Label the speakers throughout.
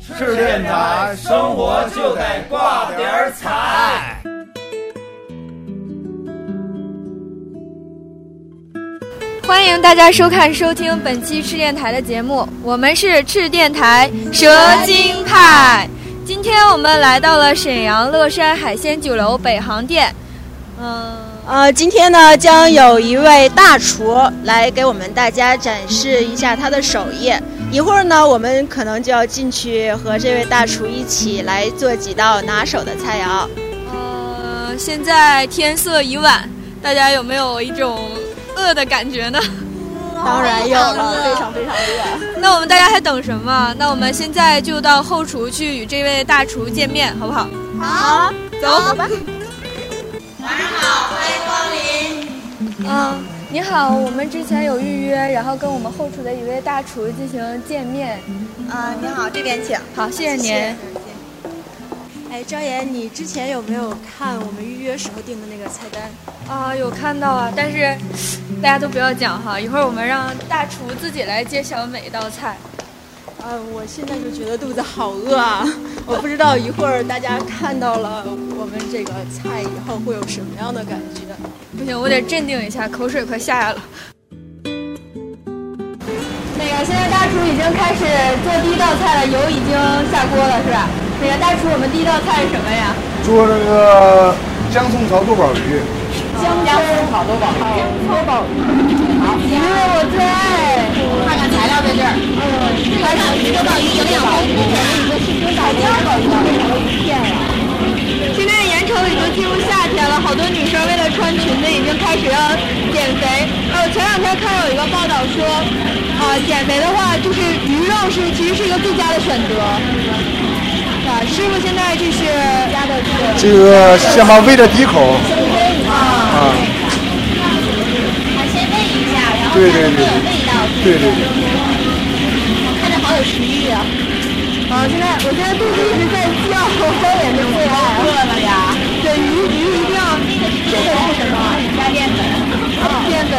Speaker 1: 是电台，生活就得挂点儿彩。
Speaker 2: 欢迎大家收看、收听本期赤电台的节目，我们是赤电台蛇精派。今天我们来到了沈阳乐山海鲜酒楼北航店，嗯、
Speaker 3: 呃，今天呢，将有一位大厨来给我们大家展示一下他的手艺。一会儿呢，我们可能就要进去和这位大厨一起来做几道拿手的菜肴。
Speaker 2: 呃，现在天色已晚，大家有没有一种饿的感觉呢？
Speaker 3: 当然有了，非常非常热。
Speaker 2: 那我们大家还等什么？那我们现在就到后厨去与这位大厨见面，好不好？
Speaker 3: 好，
Speaker 2: 走
Speaker 3: 走。吧。
Speaker 2: 嗯，你好，我们之前有预约，然后跟我们后厨的一位大厨进行见面。
Speaker 3: 啊，您好，这边请。
Speaker 2: 好，谢谢您。。
Speaker 3: 哎，张岩，你之前有没有看我们预约时候订的那个菜单？
Speaker 2: 啊、有看到啊，但是大家都不要讲哈，一会儿我们让大厨自己来揭晓每一道菜。
Speaker 3: 啊，我现在就觉得肚子好饿啊！ 我不知道一会儿大家看到了我们这个菜以后会有什么样的感觉。
Speaker 2: 不行，我得镇定一下，口水快下来了。那个，现在大厨已经开始做第一道菜了，油已经下锅了，是吧？那个大厨，我们第一道菜是什么呀？
Speaker 4: 做这个姜葱炒豆宝鱼，
Speaker 2: 姜姜葱炒豆宝，姜葱宝鱼，鱼我最爱。看看材料在这儿。嗯，这个是鱼豆宝鱼营养丰富，一个是青岛鱼宝鱼，一片呀。现在盐城已经进入夏天了，好多女生为了穿裙子已经开始要减肥。呃，我前两天看有一个报道说，啊、减肥的话就是鱼肉是其实是一个最佳的选择。啊，师傅现在这是家的这个。
Speaker 4: 这个先把味道抵口。啊。
Speaker 5: 先煨一下，然后
Speaker 4: 对
Speaker 5: 这
Speaker 4: 对
Speaker 5: 样
Speaker 4: 对
Speaker 5: 会有味道。
Speaker 4: 对对对。
Speaker 5: 看着好有食欲啊！
Speaker 2: 啊，现在我现在肚子一直在叫，我也是最爱啊
Speaker 5: 饿了呀！
Speaker 2: 对鱼鱼一定要
Speaker 5: 那个是这个是什么？
Speaker 2: 啊
Speaker 5: 加淀粉。
Speaker 2: 淀粉，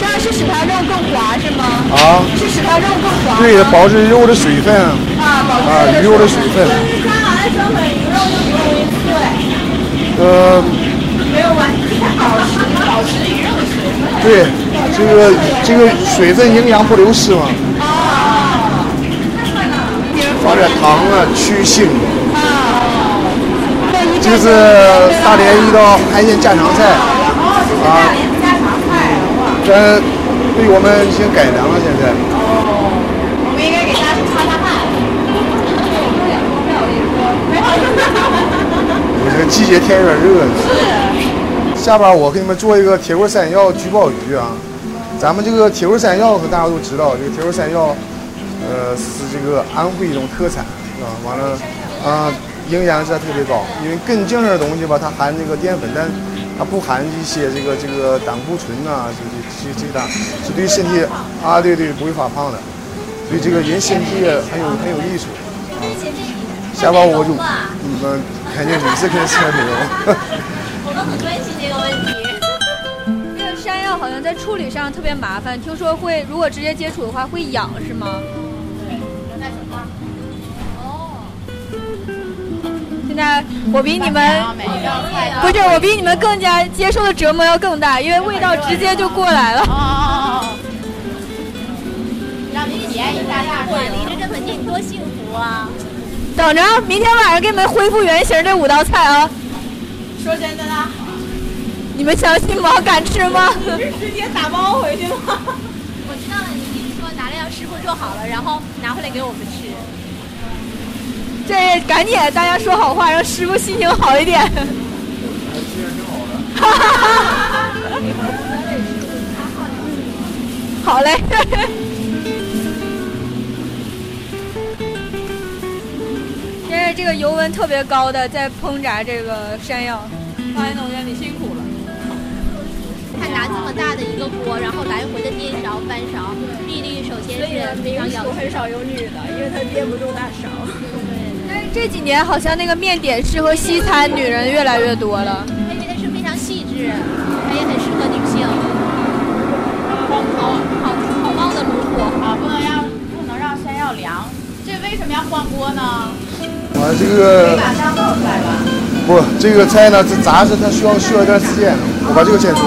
Speaker 2: 这样是使它肉更滑是吗？
Speaker 4: 啊，
Speaker 2: 是使它肉更滑吗。
Speaker 4: 对，保持肉的水分
Speaker 2: 啊，保
Speaker 4: 啊，
Speaker 2: 持
Speaker 4: 鱼肉的水分。
Speaker 5: 刷完了生粉，鱼肉就不容易碎。
Speaker 4: 呃，对，这个这个水分营养不流失嘛。放点糖啊，去腥。这是大连一道海鲜家常菜。啊。这被我们已经改良了，现在。
Speaker 5: 哦我们应该给大家擦擦汗。
Speaker 4: 我这个季节天有点热。下边我给你们做一个铁棍山药焗鲍鱼啊。咱们这个铁棍山药，可大家都知道，这个铁棍山药，呃，是这个安徽一种特产啊。完了，啊、营养价特别高，因为根茎儿的东西吧，它含这个淀粉，但它不含一些这个这个胆固醇啊，这这这这的，是对身体啊，对对，不会发胖的，对这个人身体很有很有益处。下班我就你们肯定 你是可以吃美容。
Speaker 5: 我们很关心这个问题。
Speaker 2: 这个山药好像在处理上特别麻烦，听说会如果直接接触的话会痒是吗？哦现在我比你们不是我比你们更加接受的折磨要更大，因为味道直接就过来了。
Speaker 5: 让你体验一下大碗离着这么近多幸福啊！
Speaker 2: 等着，明天晚上给你们恢复原形这五道菜啊！
Speaker 3: 说真的啦，
Speaker 2: 你们相信吗？敢吃吗？
Speaker 3: 直接打包回去吗？
Speaker 5: 我知道了，你跟你说拿来让师傅做好了，然后拿回来给我们吃。
Speaker 2: 这赶紧大家说好话，让师傅心情好一点。 哈哈哈！好嘞。 现在这个油温特别高的在烹炸这个山药，花园农园你辛苦了。
Speaker 5: 看拿这么大的一个锅，然后来回的颠勺翻勺，丽丽首先是非常要求。
Speaker 3: 很少有女的，因为她憋不住大勺。
Speaker 2: 但是这几年好像那个面点式和西餐女人越来越多了。
Speaker 5: 因为它是非常细致，它也很适合女性。好好好旺的炉火，
Speaker 6: 啊，不能让不能让山药凉，这为什么要换锅呢？
Speaker 4: 完、啊这个
Speaker 6: 把大豆来吧。
Speaker 4: 不，这个菜呢，这炸是它需要需要一段时间，我把这个先做。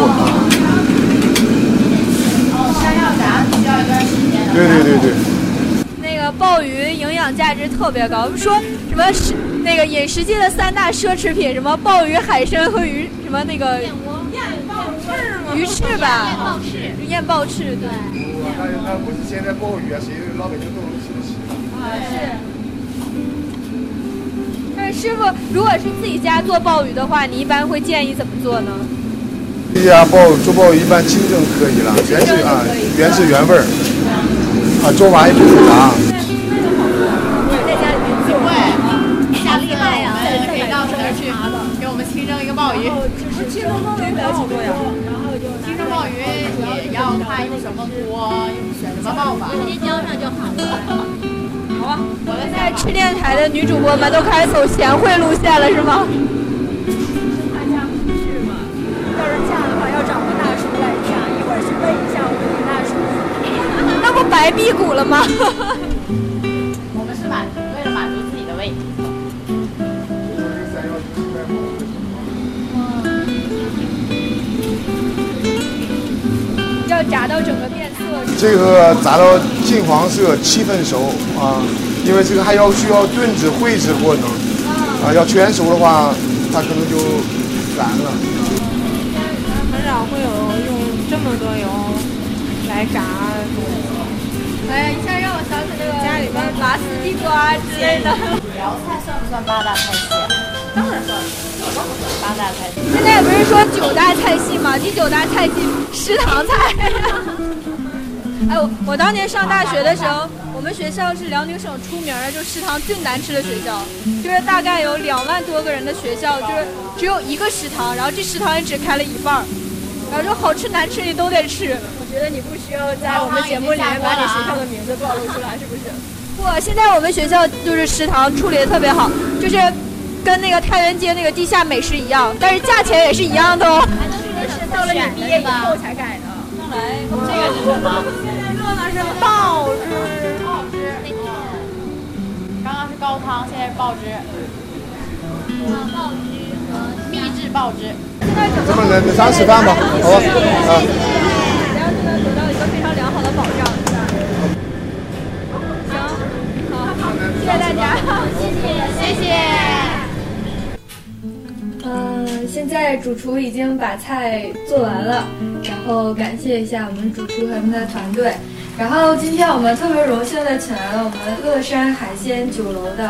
Speaker 6: 哦，山药炸需要一段时间。
Speaker 4: 对对对对，
Speaker 2: 那个鲍鱼营养价值特别高，说什么是那个饮食界的三大奢侈品，什么鲍鱼、海参和鱼，什么那个鱼翅吧，
Speaker 7: 鲍翅，
Speaker 2: 燕鲍翅，对，
Speaker 4: 那那不是现在鲍鱼啊，谁老北京都能吃得起。
Speaker 2: 但是师傅，如果是自己家做鲍鱼的话，你一般会建议怎么做呢？
Speaker 4: 这家鲍做鲍鱼一般清蒸可以了，原汁啊原汁原味儿，啊做法也不复杂。
Speaker 2: 在家里面做，
Speaker 7: 好厉害呀！
Speaker 6: 可以到这边去，给我们清蒸一个鲍鱼。
Speaker 2: 去东东没了解过呀。
Speaker 6: 清蒸鲍鱼也要看用什么锅，用什么办法。
Speaker 7: 直接浇上就好了。
Speaker 2: 好啊，我们在吃电台的女主播们都开始走贤惠路线了，是吗？要是嫁的话，要找个大叔来嫁，一会儿去问一下我们大叔，那不白辟谷了吗？
Speaker 6: 我们是满为了满足自己的胃。
Speaker 2: 要炸到整个变色，
Speaker 4: 这个炸到金黄色，七分熟啊，因为这个还要需要炖制、烩制过程啊，要全熟的话，它可能就燃了。
Speaker 8: 很少会有用这么多油来炸东西。
Speaker 2: 哎呀，一下让我想起那个家里边拔丝地瓜之类的。
Speaker 6: 聊菜算不算八大菜系？当然算，八大菜系。
Speaker 2: 现在不是说九大菜系吗？第九大菜系食堂菜。哎，我我当年上大学的时候，我们学校是辽宁省出名的，就食堂最难吃的学校，就是大概有两万多个人的学校，就是只有一个食堂，然后这食堂也只开了一半儿，然后就好吃难吃你都得吃。
Speaker 8: 我觉得你不需要在我们节目里面把你学校的名字暴露出来，是不是？
Speaker 2: 不，现在我们学校就是食堂处理的特别好，就是跟那个太原街那个地下美食一样，但是价钱也是一样的哦。
Speaker 8: 到了你毕业以后才改的。
Speaker 6: 刚刚是高汤，现在是爆汁。爆汁和秘制爆汁。
Speaker 4: 这么的，咱吃饭吧，好吧？啊，
Speaker 2: 然后就能得到一个非常良好的保障。是吧行，好，谢谢大家，谢谢，谢谢。嗯，现在主厨已经把菜做完了，然后感谢一下我们主厨和他们的团队。然后今天我们特别荣幸的请来了我们乐山海鲜酒楼的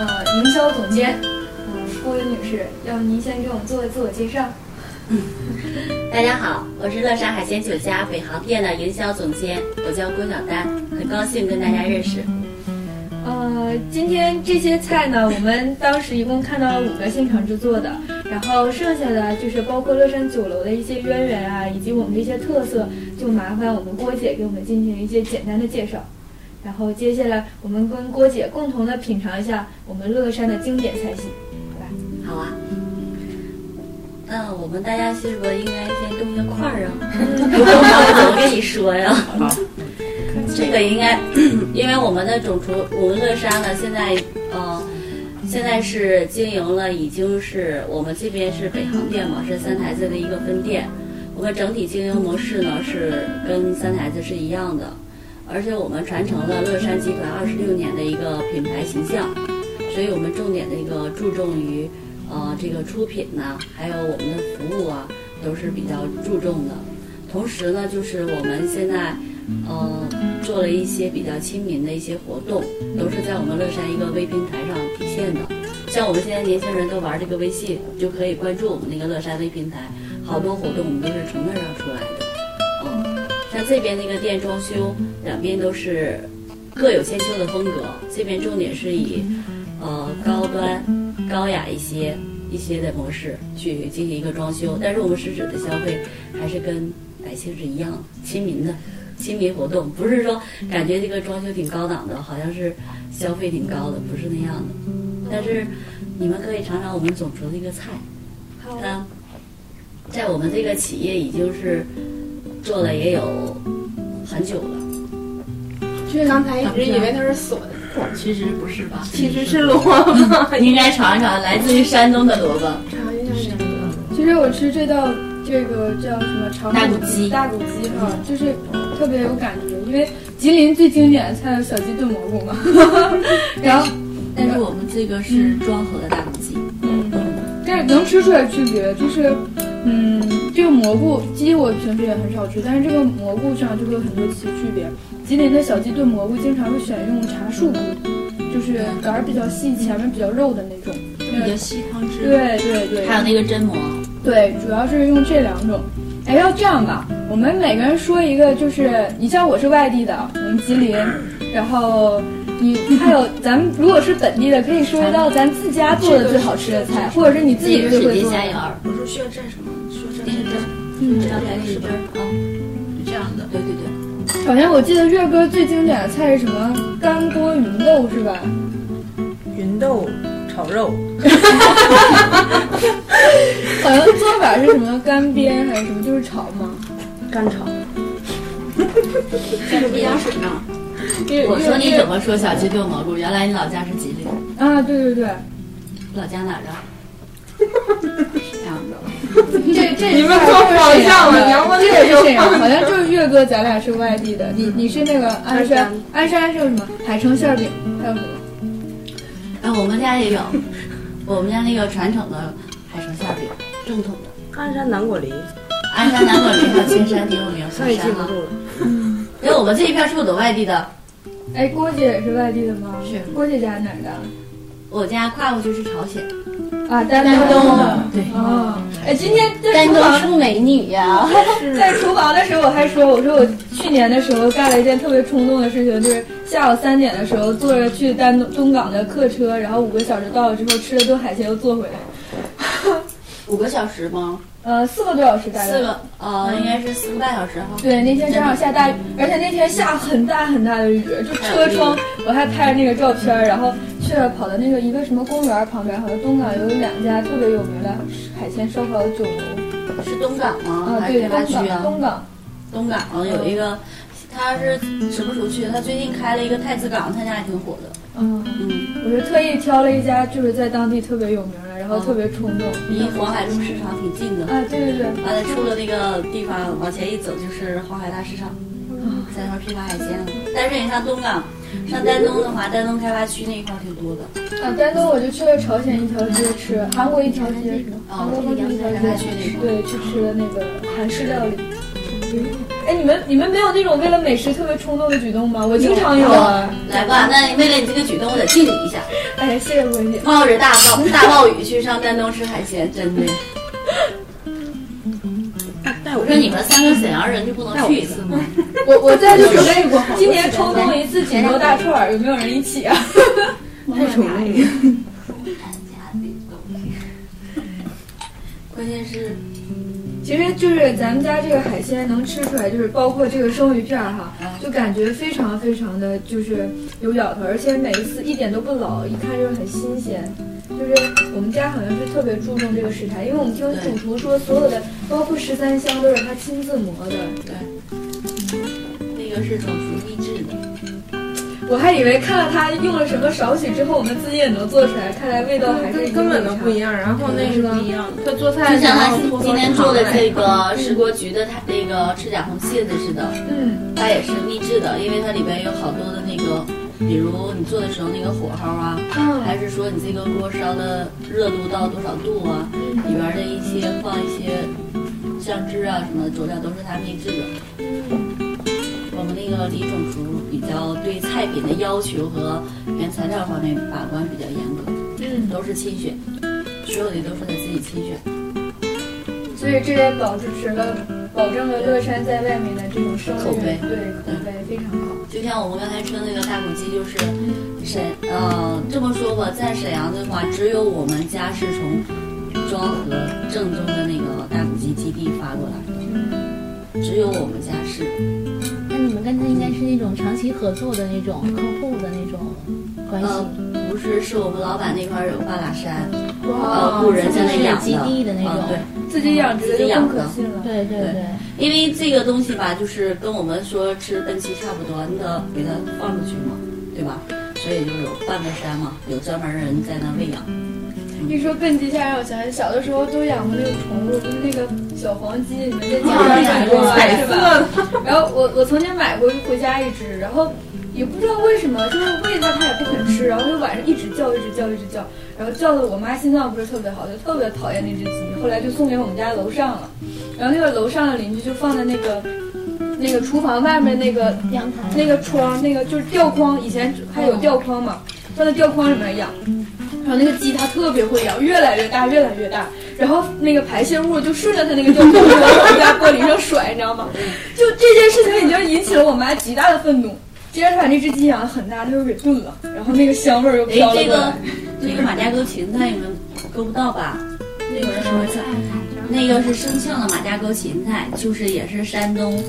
Speaker 2: 呃营销总监，嗯、郭云女士，要不您先给我们做个自我介绍？
Speaker 9: 大家好，我是乐山海鲜酒家北航店的营销总监，我叫郭小丹，很高兴跟大家认识。
Speaker 2: 呃，今天这些菜呢，我们当时一共看到了五个现场制作的，然后剩下的就是包括乐山酒楼的一些渊源啊，以及我们的一些特色，就麻烦我们郭姐给我们进行一些简单的介绍。然后接下来我们跟郭姐共同的品尝一下我们乐山的经典菜系。
Speaker 9: 好啊，那我们大家是不是应该先动一个块儿啊？我怎么跟你说呀？这个应该， 因为我们的总厨，我们乐山呢，现在呃，现在是经营了，已经是我们这边是北航店嘛，是三台子的一个分店。我们整体经营模式呢是跟三台子是一样的，而且我们传承了乐山集团二十六年的一个品牌形象，所以我们重点的一个注重于呃这个出品呐、还有我们的服务啊，都是比较注重的。同时呢，就是我们现在呃做了一些比较亲民的一些活动，都是在我们乐山一个微平台上体现的。像我们现在年轻人都玩这个微信，就可以关注我们那个乐山微平台，好多活动我们都是从那儿上出来的。嗯，像这边那个店装修，两边都是各有千秋的风格，这边重点是以呃高端、高雅一些一些的模式去进行一个装修，但是我们实质的消费还是跟百姓是一样亲民的。亲民活动不是说感觉这个装修挺高档的，好像是消费挺高的，不是那样的。但是你们可以尝尝我们总厨的一个菜，它在我们这个企业已经是做了也有很久了。
Speaker 8: 其实刚才一直以为它是锁的，
Speaker 9: 其实不是吧？
Speaker 2: 其实是萝卜，
Speaker 9: 应该尝一尝，来自于山东的萝卜。
Speaker 2: 尝一下这个。其实我吃这道这个叫什么长
Speaker 9: 大骨鸡
Speaker 2: 大骨鸡哈，就是特别有感觉，因为吉林最经典的菜小鸡炖蘑菇嘛。然后，
Speaker 9: 但是我们这个
Speaker 1: 嗯
Speaker 9: 是庄河的大骨鸡，
Speaker 2: 嗯，但是能吃出来区别，就是嗯，这个蘑菇鸡我平时也很少吃，但嗯是这个蘑菇上就会有很多其区别。吉林的小鸡炖蘑菇经常会选用茶树菇，就是杆儿比较细，前面比较肉的那种。
Speaker 9: 比较吸汤汁。
Speaker 2: 对对对，
Speaker 9: 还有那个榛蘑，
Speaker 2: 对，主要是用这两种。哎，要这样吧，我们每个人说一个，就是你像我是外地的，我们吉林，然后你还 有咱们如果是本地的，可以说一道咱自家做的最好吃的菜，或者是你自己最
Speaker 9: 水
Speaker 2: 会
Speaker 9: 滴
Speaker 2: 做的
Speaker 9: 虾。圆，
Speaker 1: 我说需要蘸什么？需要蘸
Speaker 9: 电
Speaker 1: 什
Speaker 9: 视汁
Speaker 1: 么？
Speaker 9: 儿，
Speaker 2: 嗯，
Speaker 9: 要来个汁儿啊，
Speaker 1: 这样的。
Speaker 9: 对对对，
Speaker 2: 好像我记得月哥最经典的菜是什么？干锅芸豆是吧？
Speaker 1: 芸豆炒肉，
Speaker 2: 好像做法是什么干煸还是什么，就是炒吗？
Speaker 1: 干炒。
Speaker 9: 这个不加水吗？我说你怎么说小鸡炖蘑菇？原来你老家是吉林，
Speaker 2: 啊？对对对，
Speaker 9: 老家哪儿啊？
Speaker 2: 这这你
Speaker 8: 们做方向
Speaker 2: 啊
Speaker 8: 了娘们
Speaker 2: 这也是沈阳，好像就是月哥，咱俩是外地的。你你是那个鞍山，鞍山是有什么海城馅儿饼，呃还有什么？
Speaker 9: 啊，我们家 也有，我们家那个传统的海城馅饼，正统的。
Speaker 1: 鞍山南果梨，
Speaker 9: 鞍山南果梨和青山挺有名，
Speaker 1: 再也
Speaker 9: 红
Speaker 1: 记
Speaker 9: 山
Speaker 1: 不
Speaker 9: 啊。
Speaker 1: 住了。
Speaker 9: 因为我们这一片是我的外地的，
Speaker 2: 哎，郭姐也是外啊地的吗？
Speaker 9: 是
Speaker 2: 郭姐家哪儿的？
Speaker 9: 我家跨过去是朝鲜。
Speaker 2: 啊，丹
Speaker 10: 丹
Speaker 2: 东
Speaker 10: 东
Speaker 2: 的。
Speaker 9: 对，
Speaker 2: 哦，哎，今天在
Speaker 10: 但
Speaker 2: 厨
Speaker 10: 都
Speaker 2: 房
Speaker 10: 出美女呀、
Speaker 2: 在厨房的时候，我还说，我说我去年的时候干了一件特别冲动的事情，就是下午三点的时候坐着去丹东东港的客车，然后五个小时到了之后吃了顿海鲜又坐回来，
Speaker 9: 五个小时吗？
Speaker 2: 呃，四个多小时大概。
Speaker 9: 四个，呃，
Speaker 1: 嗯
Speaker 9: 应该是四个半小时哈。
Speaker 2: 对，那天正好下大雨，而且那天下很大很大的雨，就
Speaker 9: 哎
Speaker 2: 车窗，我还拍了那个照片儿，然后去了跑到那个一个什么公园儿旁边，好像东港有两家特别有名的海鲜烧烤酒楼
Speaker 9: 是东港吗？
Speaker 2: 啊，
Speaker 9: 哦还是
Speaker 2: 对，
Speaker 9: 开发
Speaker 2: 东港，嗯
Speaker 9: 区啊？
Speaker 2: 东港，
Speaker 9: 东港有一个，他是什么时候去的？他最近开了一个太子港，他家也挺火的。
Speaker 2: 嗯，
Speaker 9: 嗯，
Speaker 2: 我是特意挑了一家就是在当地特别有名的，然
Speaker 9: 哦
Speaker 2: 后特别冲动，
Speaker 9: 离黄海路市场挺近的。
Speaker 2: 啊，对对对，
Speaker 9: 完了，出了那个地方，往前一走就是黄海大市场，
Speaker 2: 嗯
Speaker 9: 在那儿批发海鲜了。但是你上东港，上丹东的话，丹东开发区那一块儿挺多的。
Speaker 2: 啊，
Speaker 9: 嗯
Speaker 2: 丹东我就去了朝鲜一条街吃，韩国一条街是吗？
Speaker 9: 哦
Speaker 2: 韩国风一条街吃，对，去吃的那个韩式料理。哎，你们你们没有那种为了美食特别冲动的举动吗？我经常有啊。
Speaker 9: 来吧，那为了你这个举动，我得敬你一下，
Speaker 2: 哎，谢谢郭姐。
Speaker 9: 冒着大暴大暴雨去上丹东吃海鲜，真的。
Speaker 1: 带
Speaker 9: 哎我
Speaker 1: 我
Speaker 9: 说你们三个沈阳人就不能去一次吗？
Speaker 2: 我我在就准备过，今年冲动一次锦州大串儿，有没有人一起啊？
Speaker 1: 太宠了你。
Speaker 9: 关键是
Speaker 2: 其实就是咱们家这个海鲜能吃出来，就是包括这个生鱼片儿哈，就感觉非常非常的就是有咬头，而且每一次一点都不老，一看就是很新鲜。就是我们家好像是特别注重这个食材，因为我们听主厨说，所有的包括十三香都是他亲自磨的。
Speaker 9: 那个是总厨秘制的，
Speaker 2: 我还以为看了他用了什么少许之后，我们自己也能做出来，看来味道还是
Speaker 8: 根嗯本都不一
Speaker 2: 样。
Speaker 8: 样。然后那个
Speaker 1: 一样的。
Speaker 8: 他做菜
Speaker 9: 就像
Speaker 8: 然
Speaker 9: 他
Speaker 8: 后脱
Speaker 9: 今
Speaker 8: 口
Speaker 9: 天
Speaker 8: 糖
Speaker 9: 做的
Speaker 8: 来
Speaker 9: 这个石锅局的他那个赤甲红蟹的似的，
Speaker 2: 嗯，
Speaker 9: 它也是秘制的，因为它里边有好多的那个，比如你做的时候那个火候啊，还是说你这个锅烧的热度到多少度啊，里边的一些放一些酱汁啊什么的佐料都是他秘制的。我们那个李总厨比较对菜品的要求和原材料方面把关比较严格，嗯，都是亲选，所有的都是他自己亲选。
Speaker 2: 所以这也保持了保证了乐山在外面的这种声誉，
Speaker 9: 口碑
Speaker 2: 对口碑非常好。
Speaker 9: 就像我们刚才说那个大骨鸡，就是沈，呃，这么说吧，在沈阳的话，只有我们家是从庄河正宗的那个大骨鸡基地发过来的，只有我们家是。
Speaker 10: 那你们跟他应该是那种长期合作的那种客户的那种关系，
Speaker 9: 呃，不是，是我们老板那块儿有半拉山，
Speaker 2: 哇
Speaker 9: 呃，雇人在那养
Speaker 10: 自己有基地的那种
Speaker 9: 嗯对，
Speaker 2: 自己养殖的就更可信了。
Speaker 10: 对对
Speaker 9: 对
Speaker 10: 对，
Speaker 9: 因为这个东西吧，就是跟我们说吃奔鸡差不多，你得给它放出去嘛，对吧？所以就有半个山嘛，有专门人在那喂养。
Speaker 2: 一说笨鸡下让我想起小的时候都养过那种宠物，就是那个小黄鸡，你们在家
Speaker 9: 啊
Speaker 2: 里养过吗？
Speaker 9: 彩
Speaker 2: 是
Speaker 9: 色
Speaker 2: 吧？ 然后我我曾经买过回家一只，然后也不知道为什么，就是喂它它也不肯吃，然后就晚上一直叫一直叫一直叫，然后叫的我妈心脏不是特别好，就特别讨厌那只鸡，后来就送给我们家楼上了，然后那个楼上的邻居就放在那个。那个厨房外面那个阳台，那个窗，那个就是吊筐，以前还有吊筐嘛，放在吊筐里面养。然后那个鸡它特别会养，越来越大，越来越大。然后那个排泄物就顺着它那个吊筐就往我们家玻璃上甩，你知道吗？就这件事情已经引起了我妈极大的愤怒。接着她把那只鸡养得很大，她又给炖了，然后那个香味儿又
Speaker 9: 哎
Speaker 2: 飘，了
Speaker 9: 这
Speaker 2: 过
Speaker 9: 个
Speaker 2: 来。
Speaker 9: 这个马家沟芹菜你们够不到吧？那有人说是，那个是生呛的马家沟芹菜，就是也是山东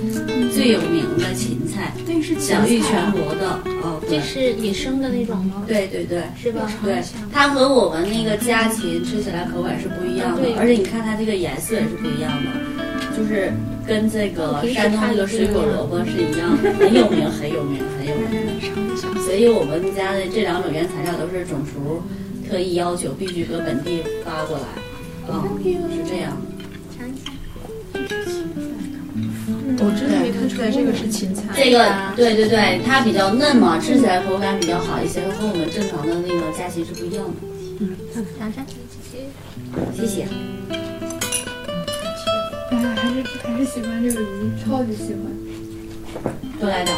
Speaker 9: 最有名的芹菜，
Speaker 10: 那是芹菜啊
Speaker 9: 享誉全国的。哦，对
Speaker 5: 这是野生的那种吗？
Speaker 9: 对对对，
Speaker 5: 是吧啊
Speaker 9: 对，它和我们那个家芹吃起来口感是不一样的
Speaker 5: 对，
Speaker 9: 而且你看它这个颜色也是不一样的，就是跟这个山东这个水果萝卜是一样的，很有名，很有名，很有名。所以我们家的这两种原材料都是总厨特意要求必须搁本地发过来，啊、是这样的。
Speaker 10: 我真的没看出来这个是芹菜。
Speaker 9: 这个
Speaker 2: 啊
Speaker 9: 对对对，它比较嫩嘛，吃起来口感比较好一些，和我们正常的那个家芹是不一样的。
Speaker 5: 两山，
Speaker 9: 谢谢。
Speaker 2: 哎，还是还是喜欢这个鱼，超级喜欢。
Speaker 9: 多来点。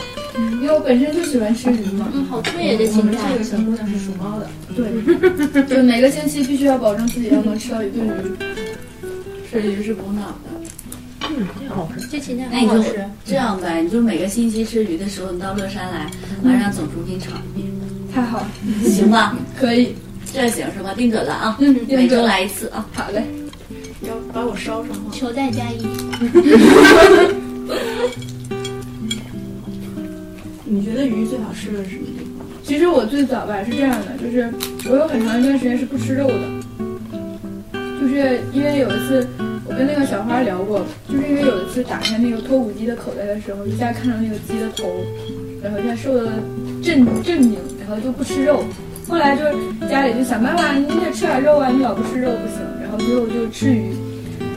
Speaker 2: 因为我本身就喜欢吃鱼嘛。
Speaker 5: 嗯，好脆呀这芹菜。
Speaker 2: 这个小姑娘是属猫的。对，就每个星期必须要保证自己要能吃到一顿鱼，吃鱼是补脑的。
Speaker 9: 嗯，这好
Speaker 5: 吃。这芹菜
Speaker 9: 哎那你
Speaker 5: 很好
Speaker 9: 就
Speaker 5: 吃。
Speaker 9: 这样呗，你就每个星期吃鱼的时候，你到乐山来，完让总厨给你炒一遍，
Speaker 2: 嗯太好，
Speaker 9: 行吧？
Speaker 2: 可以，
Speaker 9: 这行是吧？定准了啊，
Speaker 2: 嗯定准
Speaker 9: 每周来一次啊。
Speaker 2: 好嘞，
Speaker 9: 要把我烧上吗？
Speaker 5: 求再加一。
Speaker 10: 你觉得鱼最好吃的是什么地方？
Speaker 2: 其实我最早吧是这样的，就是我有很长一段时间是不吃肉的，就是因为有一次我跟那个小花聊过，就是因为有一次打开那个脱骨机的口袋的时候，一下看到那个鸡的头，然后一下受到了震震惊，然后就不吃肉。后来就是家里就想办法，你得吃点肉啊，你老不吃肉不行。然后最后就吃鱼。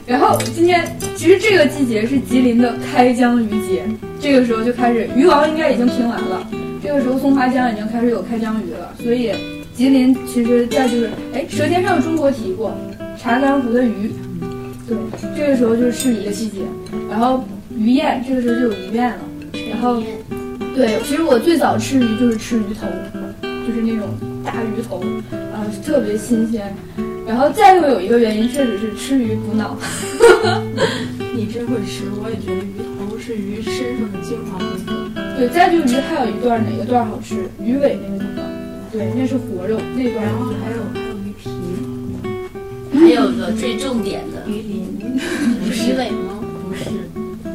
Speaker 2: 然后今天其实这个季节是吉林的开江鱼节，这个时候就开始鱼王应该已经评完了，这个时候松花江已经开始有开江鱼了，所以吉林其实在就是哎《舌尖上的中国》提过查干湖的鱼，对，这个时候就是吃鱼的季节，然后鱼宴这个时候就有鱼宴了，然后对，其实我最早吃鱼就是吃鱼头，就是那种大鱼头，啊、特别新鲜。然后再又有一个原因，确实是吃鱼补脑。
Speaker 10: 你真会吃，我也觉得鱼头是鱼身上的精华部分。
Speaker 2: 对，再就鱼还有一段哪个段好吃？鱼尾那个地方，对，那是活肉那段。然后还有还有鱼皮，嗯
Speaker 9: 还有一个最重点的鱼鳞，
Speaker 5: 鱼尾吗？
Speaker 9: 不是，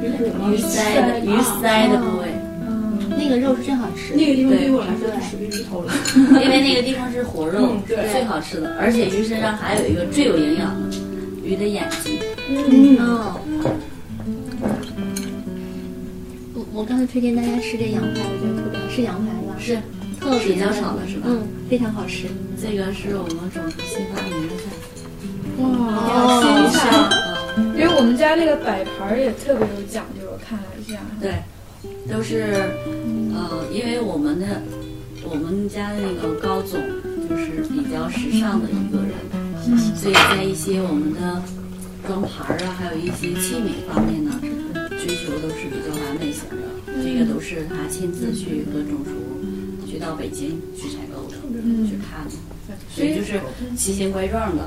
Speaker 10: 鱼骨吗？
Speaker 9: 鱼鳃的鱼鳃的部位。
Speaker 5: 那个肉是真好吃。
Speaker 10: 那个地方对于我来说就属于鱼头了，
Speaker 9: 因为那个地方是活肉
Speaker 10: 嗯，对
Speaker 9: 最好吃的，而且鱼身上还有一个最有营养的鱼的眼睛。
Speaker 5: 嗯
Speaker 9: 哦
Speaker 5: 我我刚才推荐大家吃这羊排，我觉得特别好，是羊排吧？
Speaker 9: 是，
Speaker 5: 特别
Speaker 9: 水饺炒的是吧
Speaker 5: 嗯，非常好吃。
Speaker 9: 这个是我们总厨新发明的菜。
Speaker 2: 哇，
Speaker 9: 哦
Speaker 2: 新鲜！因为我们家那个摆盘儿也特别有讲究，我看了一下。
Speaker 9: 对，都是，呃，因为我们的我们家的那个高总就是比较时尚的一个
Speaker 2: 嗯
Speaker 9: 人，所以在一些我们的装盘儿啊，还有一些器皿方面呢，追求都是比较完美型的。这个都是他亲自去和总厨去到北京去采购的，
Speaker 2: 嗯
Speaker 9: 去看的，所以就是
Speaker 10: 嗯
Speaker 9: 奇形怪状的。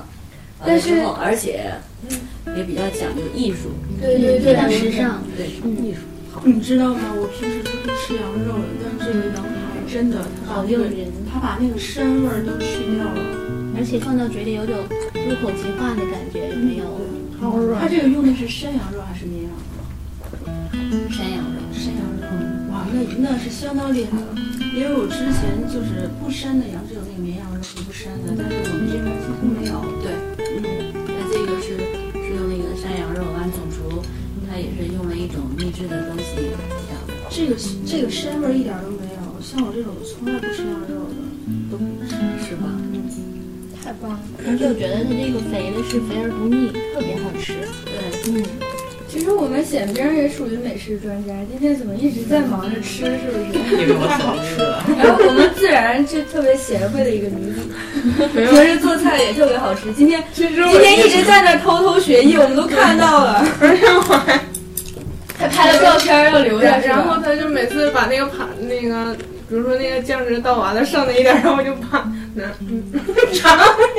Speaker 9: 完
Speaker 2: 但
Speaker 9: 了之
Speaker 2: 是
Speaker 9: 后，而且
Speaker 10: 嗯
Speaker 9: 也比较讲究艺术，
Speaker 2: 对对对
Speaker 9: 非常
Speaker 2: 时尚，
Speaker 9: 对艺术。
Speaker 10: 你知道吗？我平时都不吃羊肉的，但是这个羊排真的，它把那个它把那个膻味儿都去掉了，
Speaker 5: 而且放到嘴里有种入口即化的感觉，有没有？
Speaker 10: 好软它这个用的是山羊肉还是绵羊肉？
Speaker 9: 山羊肉，
Speaker 10: 山羊肉，嗯哇，那那是相当厉害了。因为我之前就是不膻的羊，只有那个绵羊肉是不膻的，但是我们这边几乎没有。
Speaker 9: 对，嗯，那这个是是用那个山羊肉，完总厨它也是用了一种秘制的东西，这样
Speaker 2: 啊
Speaker 10: 这个这个膻味儿一点儿都没有，像我这种从来不吃羊肉的，
Speaker 11: 太棒了！
Speaker 9: 而且我觉得它这个肥的是肥而不腻，特别好吃。对，嗯。
Speaker 6: 其实我们显兵也属于美食专家，今天怎么一直在忙 着吃，是不是？
Speaker 12: 因为我好吃了。
Speaker 6: 然后我们自然是特别贤惠的一个女 子，
Speaker 2: 平时做菜也特别好吃。今天
Speaker 6: 今
Speaker 2: 今天一直在那偷偷学艺，我们都看到 了。而且我还还拍了照片要留着，是吧
Speaker 1: 然后他就每次把那个盘那个，比如说那个酱汁倒完了剩那一点儿，然后我就把那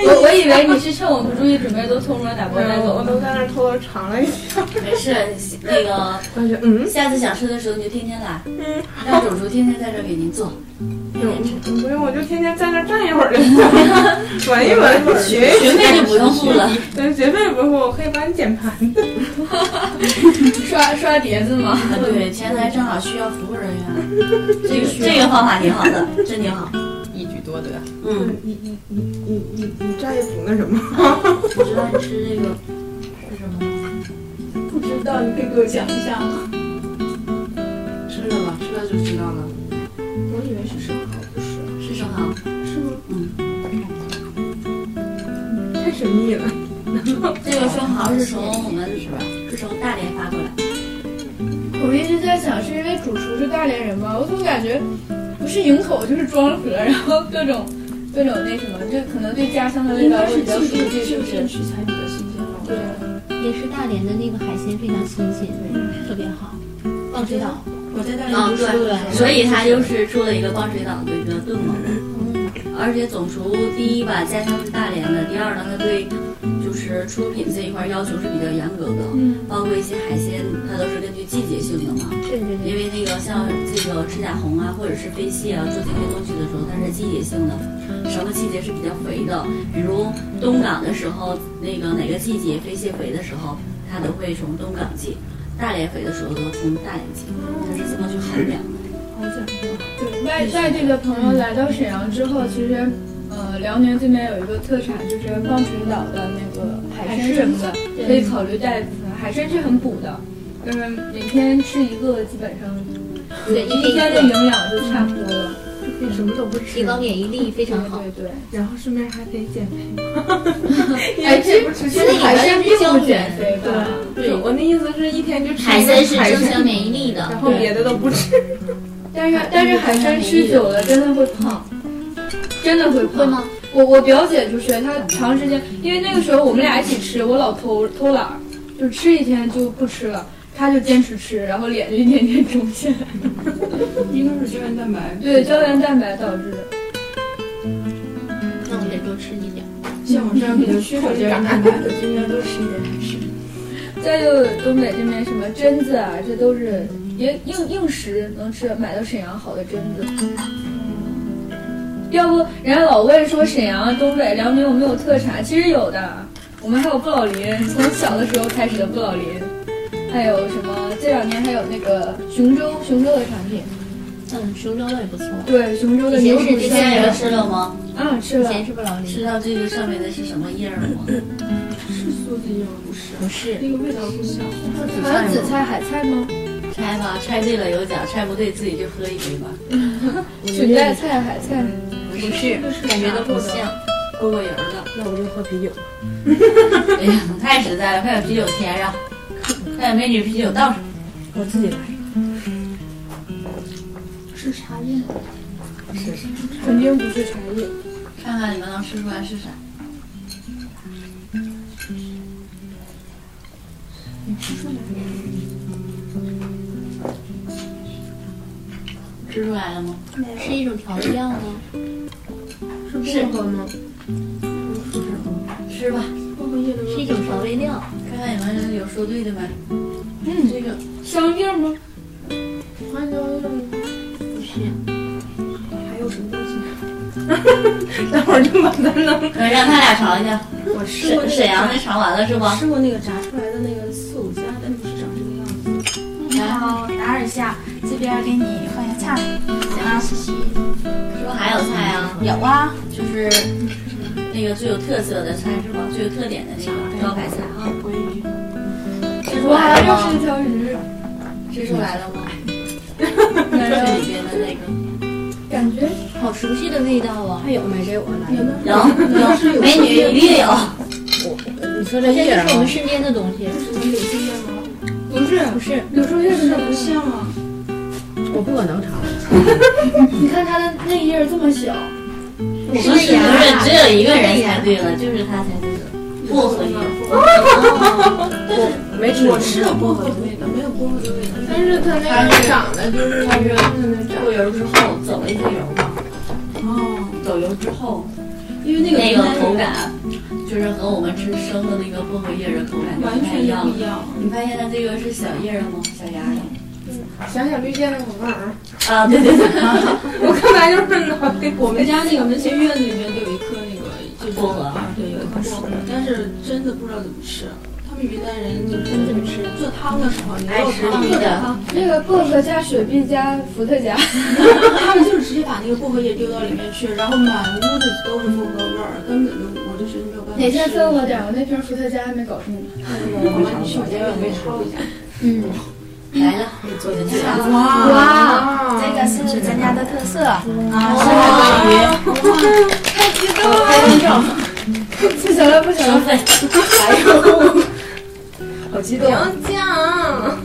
Speaker 2: 我我以为你是趁我不注意，准备都偷摸打包带走。
Speaker 1: 我都在那偷偷尝了一下。嗯
Speaker 9: 没事，那个，
Speaker 2: 嗯
Speaker 9: 下次想吃的时候你就天天来，嗯，让主厨天天在这儿给您 做，天天吃。
Speaker 1: 不用，我就天天在那站一会儿就 行，闻一闻，学一学，
Speaker 9: 学费就不用付 了。
Speaker 1: 对，学费不用付，我可以帮你捡盘子。
Speaker 2: 刷刷碟子吗？
Speaker 9: 啊，对，前台正好需要服务人 员，这个这个方法挺好的，真挺好。
Speaker 12: 一举多得。
Speaker 9: 嗯，
Speaker 1: 你你你你你你再也不那什么。
Speaker 9: 我知道你吃这个是什么吗？
Speaker 11: 不知道，你可以给我讲一下吗？
Speaker 9: 吃了吧，吃了就知道了。
Speaker 11: 我以为是生蚝，不是，
Speaker 9: 是生蚝，
Speaker 11: 是吗？
Speaker 1: 太神秘了。
Speaker 9: 这个生蚝是从我们是从大连发过来的。
Speaker 6: 我一直在想，是因为主厨是大连人吧？我总感觉不是营口就是庄河，然后各种各种那什么，就可能对家乡的味
Speaker 11: 应
Speaker 6: 道
Speaker 11: 该
Speaker 6: 会
Speaker 11: 是
Speaker 6: 比较熟
Speaker 11: 季节
Speaker 6: 悉，是
Speaker 11: 是
Speaker 6: 不
Speaker 11: 不是？
Speaker 6: 是
Speaker 11: 食材比较新鲜吧？
Speaker 6: 对，
Speaker 10: 也是大连的那个海鲜非常新鲜，特别好。
Speaker 9: 棒水岛，
Speaker 11: 我在大连
Speaker 9: 啊
Speaker 11: 读书的时候，
Speaker 9: 对，所以他就是出了一个棒水岛的一个炖嘛。而且总厨第一吧，家乡是大连的；第二呢，他对就是出品这一块要求是比较严格的，
Speaker 11: 嗯
Speaker 9: 包括一些海鲜，它都是根据季节性的嘛。
Speaker 11: 对对
Speaker 9: 因为那个像这个赤甲红啊，或者是飞蟹啊，做这些东西的时候，它是季节性的，什么季节是比较肥的，比如东港的时候，那个哪个季节飞蟹肥的时候，它都会从东港寄；大连肥的时候都从大连寄，它是这么去衡量的。
Speaker 6: 好讲究。对，外外地的朋友来到沈阳之后，其实，呃，辽宁这边有一个特产就是棒水岛的那个海参什么的
Speaker 2: 海参，对
Speaker 6: 可以考虑带一部分。海参是很补的，就是每天吃一个，基本上
Speaker 10: 对
Speaker 6: 一天的营养就差不多了。
Speaker 10: 可以什么都不吃，提高免疫力非常
Speaker 9: 嗯
Speaker 10: 好。
Speaker 6: 对对
Speaker 1: 然后顺便还可以减肥。
Speaker 6: 哎这不是这海参并不减肥吧
Speaker 1: 对，对我那意思是一天就吃
Speaker 9: 海参是增强
Speaker 1: 免疫力的，然后别的都不吃。
Speaker 6: 但是但是海参吃久了真的会胖，真的会胖。吗？我我表姐就是她长时间，因为那个时候我们俩一起吃，我老偷偷懒儿，就吃一天就不吃了，她就坚持吃，然后脸就一点点肿起来。
Speaker 11: 应该是胶原蛋白。
Speaker 6: 对，胶原蛋白导致的。
Speaker 10: 那我得多吃一点。
Speaker 11: 像我这样比较缺少胶原蛋白的，应该多吃一点海参。
Speaker 6: 再就东北这边什么榛子啊，这都是也硬硬食能吃，买到沈阳好的榛子。要不人家老问说沈阳、东北、辽宁有没有特产，其实有的，我们还有布老林，从小的时候开始的布老林，还有什么这两年还有那个雄州，雄州的产品，
Speaker 10: 嗯，雄州的也不错。
Speaker 6: 对，雄州的
Speaker 9: 以
Speaker 6: 牛
Speaker 9: 前是
Speaker 6: 肚
Speaker 9: 这
Speaker 6: 三
Speaker 9: 些
Speaker 6: 元
Speaker 9: 人吃了吗？
Speaker 6: 嗯，吃了。
Speaker 10: 不老林
Speaker 9: 知道这个上面的是什么叶儿吗？
Speaker 11: 是梭子叶吗？不是，
Speaker 9: 不是
Speaker 11: 那个味道不像。
Speaker 6: 好像紫菜、海菜吗？
Speaker 9: 拆吧，拆对了有奖，拆不对自己就喝一杯吧。
Speaker 6: 裙带菜、海菜。
Speaker 9: 嗯不是，感觉都不像，过过油了。
Speaker 12: 那我就喝啤酒吧。
Speaker 9: 哎呀，太实在了，快有啤酒添上，快有美女啤酒倒上。
Speaker 12: 我自己来。
Speaker 11: 是茶叶吗？
Speaker 12: 是是
Speaker 6: 肯定不是茶叶。
Speaker 9: 看看你们能吃出来是啥？
Speaker 11: 你吃出来
Speaker 9: 吃出来了吗？
Speaker 11: 没有？
Speaker 10: 是一种调料吗？
Speaker 11: 是薄荷吗？
Speaker 9: 吃吧，
Speaker 11: 薄荷叶的味道
Speaker 10: 是一种调味料。
Speaker 9: 看看你们有说对的没？
Speaker 11: 嗯，这个
Speaker 6: 香叶吗？
Speaker 11: 花椒叶吗？
Speaker 10: 不是，
Speaker 11: 还有什么东西？
Speaker 1: 等会儿就把它弄。
Speaker 9: 可以让他俩尝一下。
Speaker 11: 我吃过那
Speaker 9: 沈沈阳的
Speaker 11: 个
Speaker 9: 尝完了是
Speaker 11: 炸，
Speaker 9: 吧？
Speaker 11: 吃过那个炸出来的那个四五家，但不是长这个样子。
Speaker 9: 然后
Speaker 13: 打扰一下，这边给你放下菜。行啊，谢谢。
Speaker 9: 是不是还有菜啊？
Speaker 13: 有啊，
Speaker 9: 就是那个最有特色的菜是吧？最有特点的那个招牌菜啊。
Speaker 6: 嗯
Speaker 11: 鲑鱼，
Speaker 9: 吃出
Speaker 6: 我还
Speaker 9: 来
Speaker 6: 要
Speaker 9: 了
Speaker 6: 吃
Speaker 9: 吗？
Speaker 6: 一条鱼。
Speaker 9: 吃出来了吗？
Speaker 6: 没
Speaker 9: 这
Speaker 6: 有
Speaker 9: 里边的那个
Speaker 6: 感觉
Speaker 9: 好熟悉的味道啊！
Speaker 14: 还有没给我来？
Speaker 9: 有有，美女 一定有。
Speaker 14: 你说这
Speaker 9: 这
Speaker 14: 叶
Speaker 9: 就
Speaker 14: 儿
Speaker 9: 是我
Speaker 14: 吗
Speaker 9: 们？身边的东西。
Speaker 14: 不是不是，柳树叶是不像啊。我不可能尝。
Speaker 15: 你看它的内叶这么小，
Speaker 9: 我们是不是只有一个人猜对了？就是他猜对了。薄荷叶，
Speaker 14: 我没吃
Speaker 1: 我吃了薄荷的味道，没有薄荷的味道。
Speaker 15: 但是它那个长得就是它原来的那长。
Speaker 9: 过油之后走了一次油吧。哦，走油之后，
Speaker 1: 因为那个
Speaker 9: 那个口感，就是和我们吃生的那个薄荷叶的口感就
Speaker 1: 完
Speaker 9: 不太
Speaker 1: 全
Speaker 9: 一
Speaker 1: 就
Speaker 9: 样
Speaker 1: 不一。样。
Speaker 9: 你发现它这个是小叶儿的吗？小芽儿的？
Speaker 15: 想想绿箭的红耳，
Speaker 9: 啊，对对对。
Speaker 15: 我刚才就是脑袋
Speaker 1: 我们家那个门前院子里面就有一棵那个就是
Speaker 9: 薄
Speaker 5: 嗯
Speaker 9: 荷
Speaker 1: 对，有一棵薄荷，但是真的不知道怎么吃。他们云南人你真怎么吃？做汤的时候，牛肉汤、各种
Speaker 9: 绿的
Speaker 1: 汤，
Speaker 15: 那个薄荷加雪碧加伏特 加，
Speaker 1: 他们就是直接把那个薄荷叶丢到里面去，然后满屋子都是风格味儿，根本就我就觉得没有办法吃。
Speaker 15: 哪天分我点儿，我那瓶伏特加还没搞定呢。
Speaker 1: 我们去我家院子抄一下。
Speaker 15: 嗯，
Speaker 9: 来了，坐进去了。
Speaker 16: 哇，这个是咱家的特色啊，是
Speaker 9: 鲍
Speaker 16: 鱼。太激动了！
Speaker 15: 不行了不行了，
Speaker 14: 好激
Speaker 15: 动
Speaker 14: 动！
Speaker 15: 酱。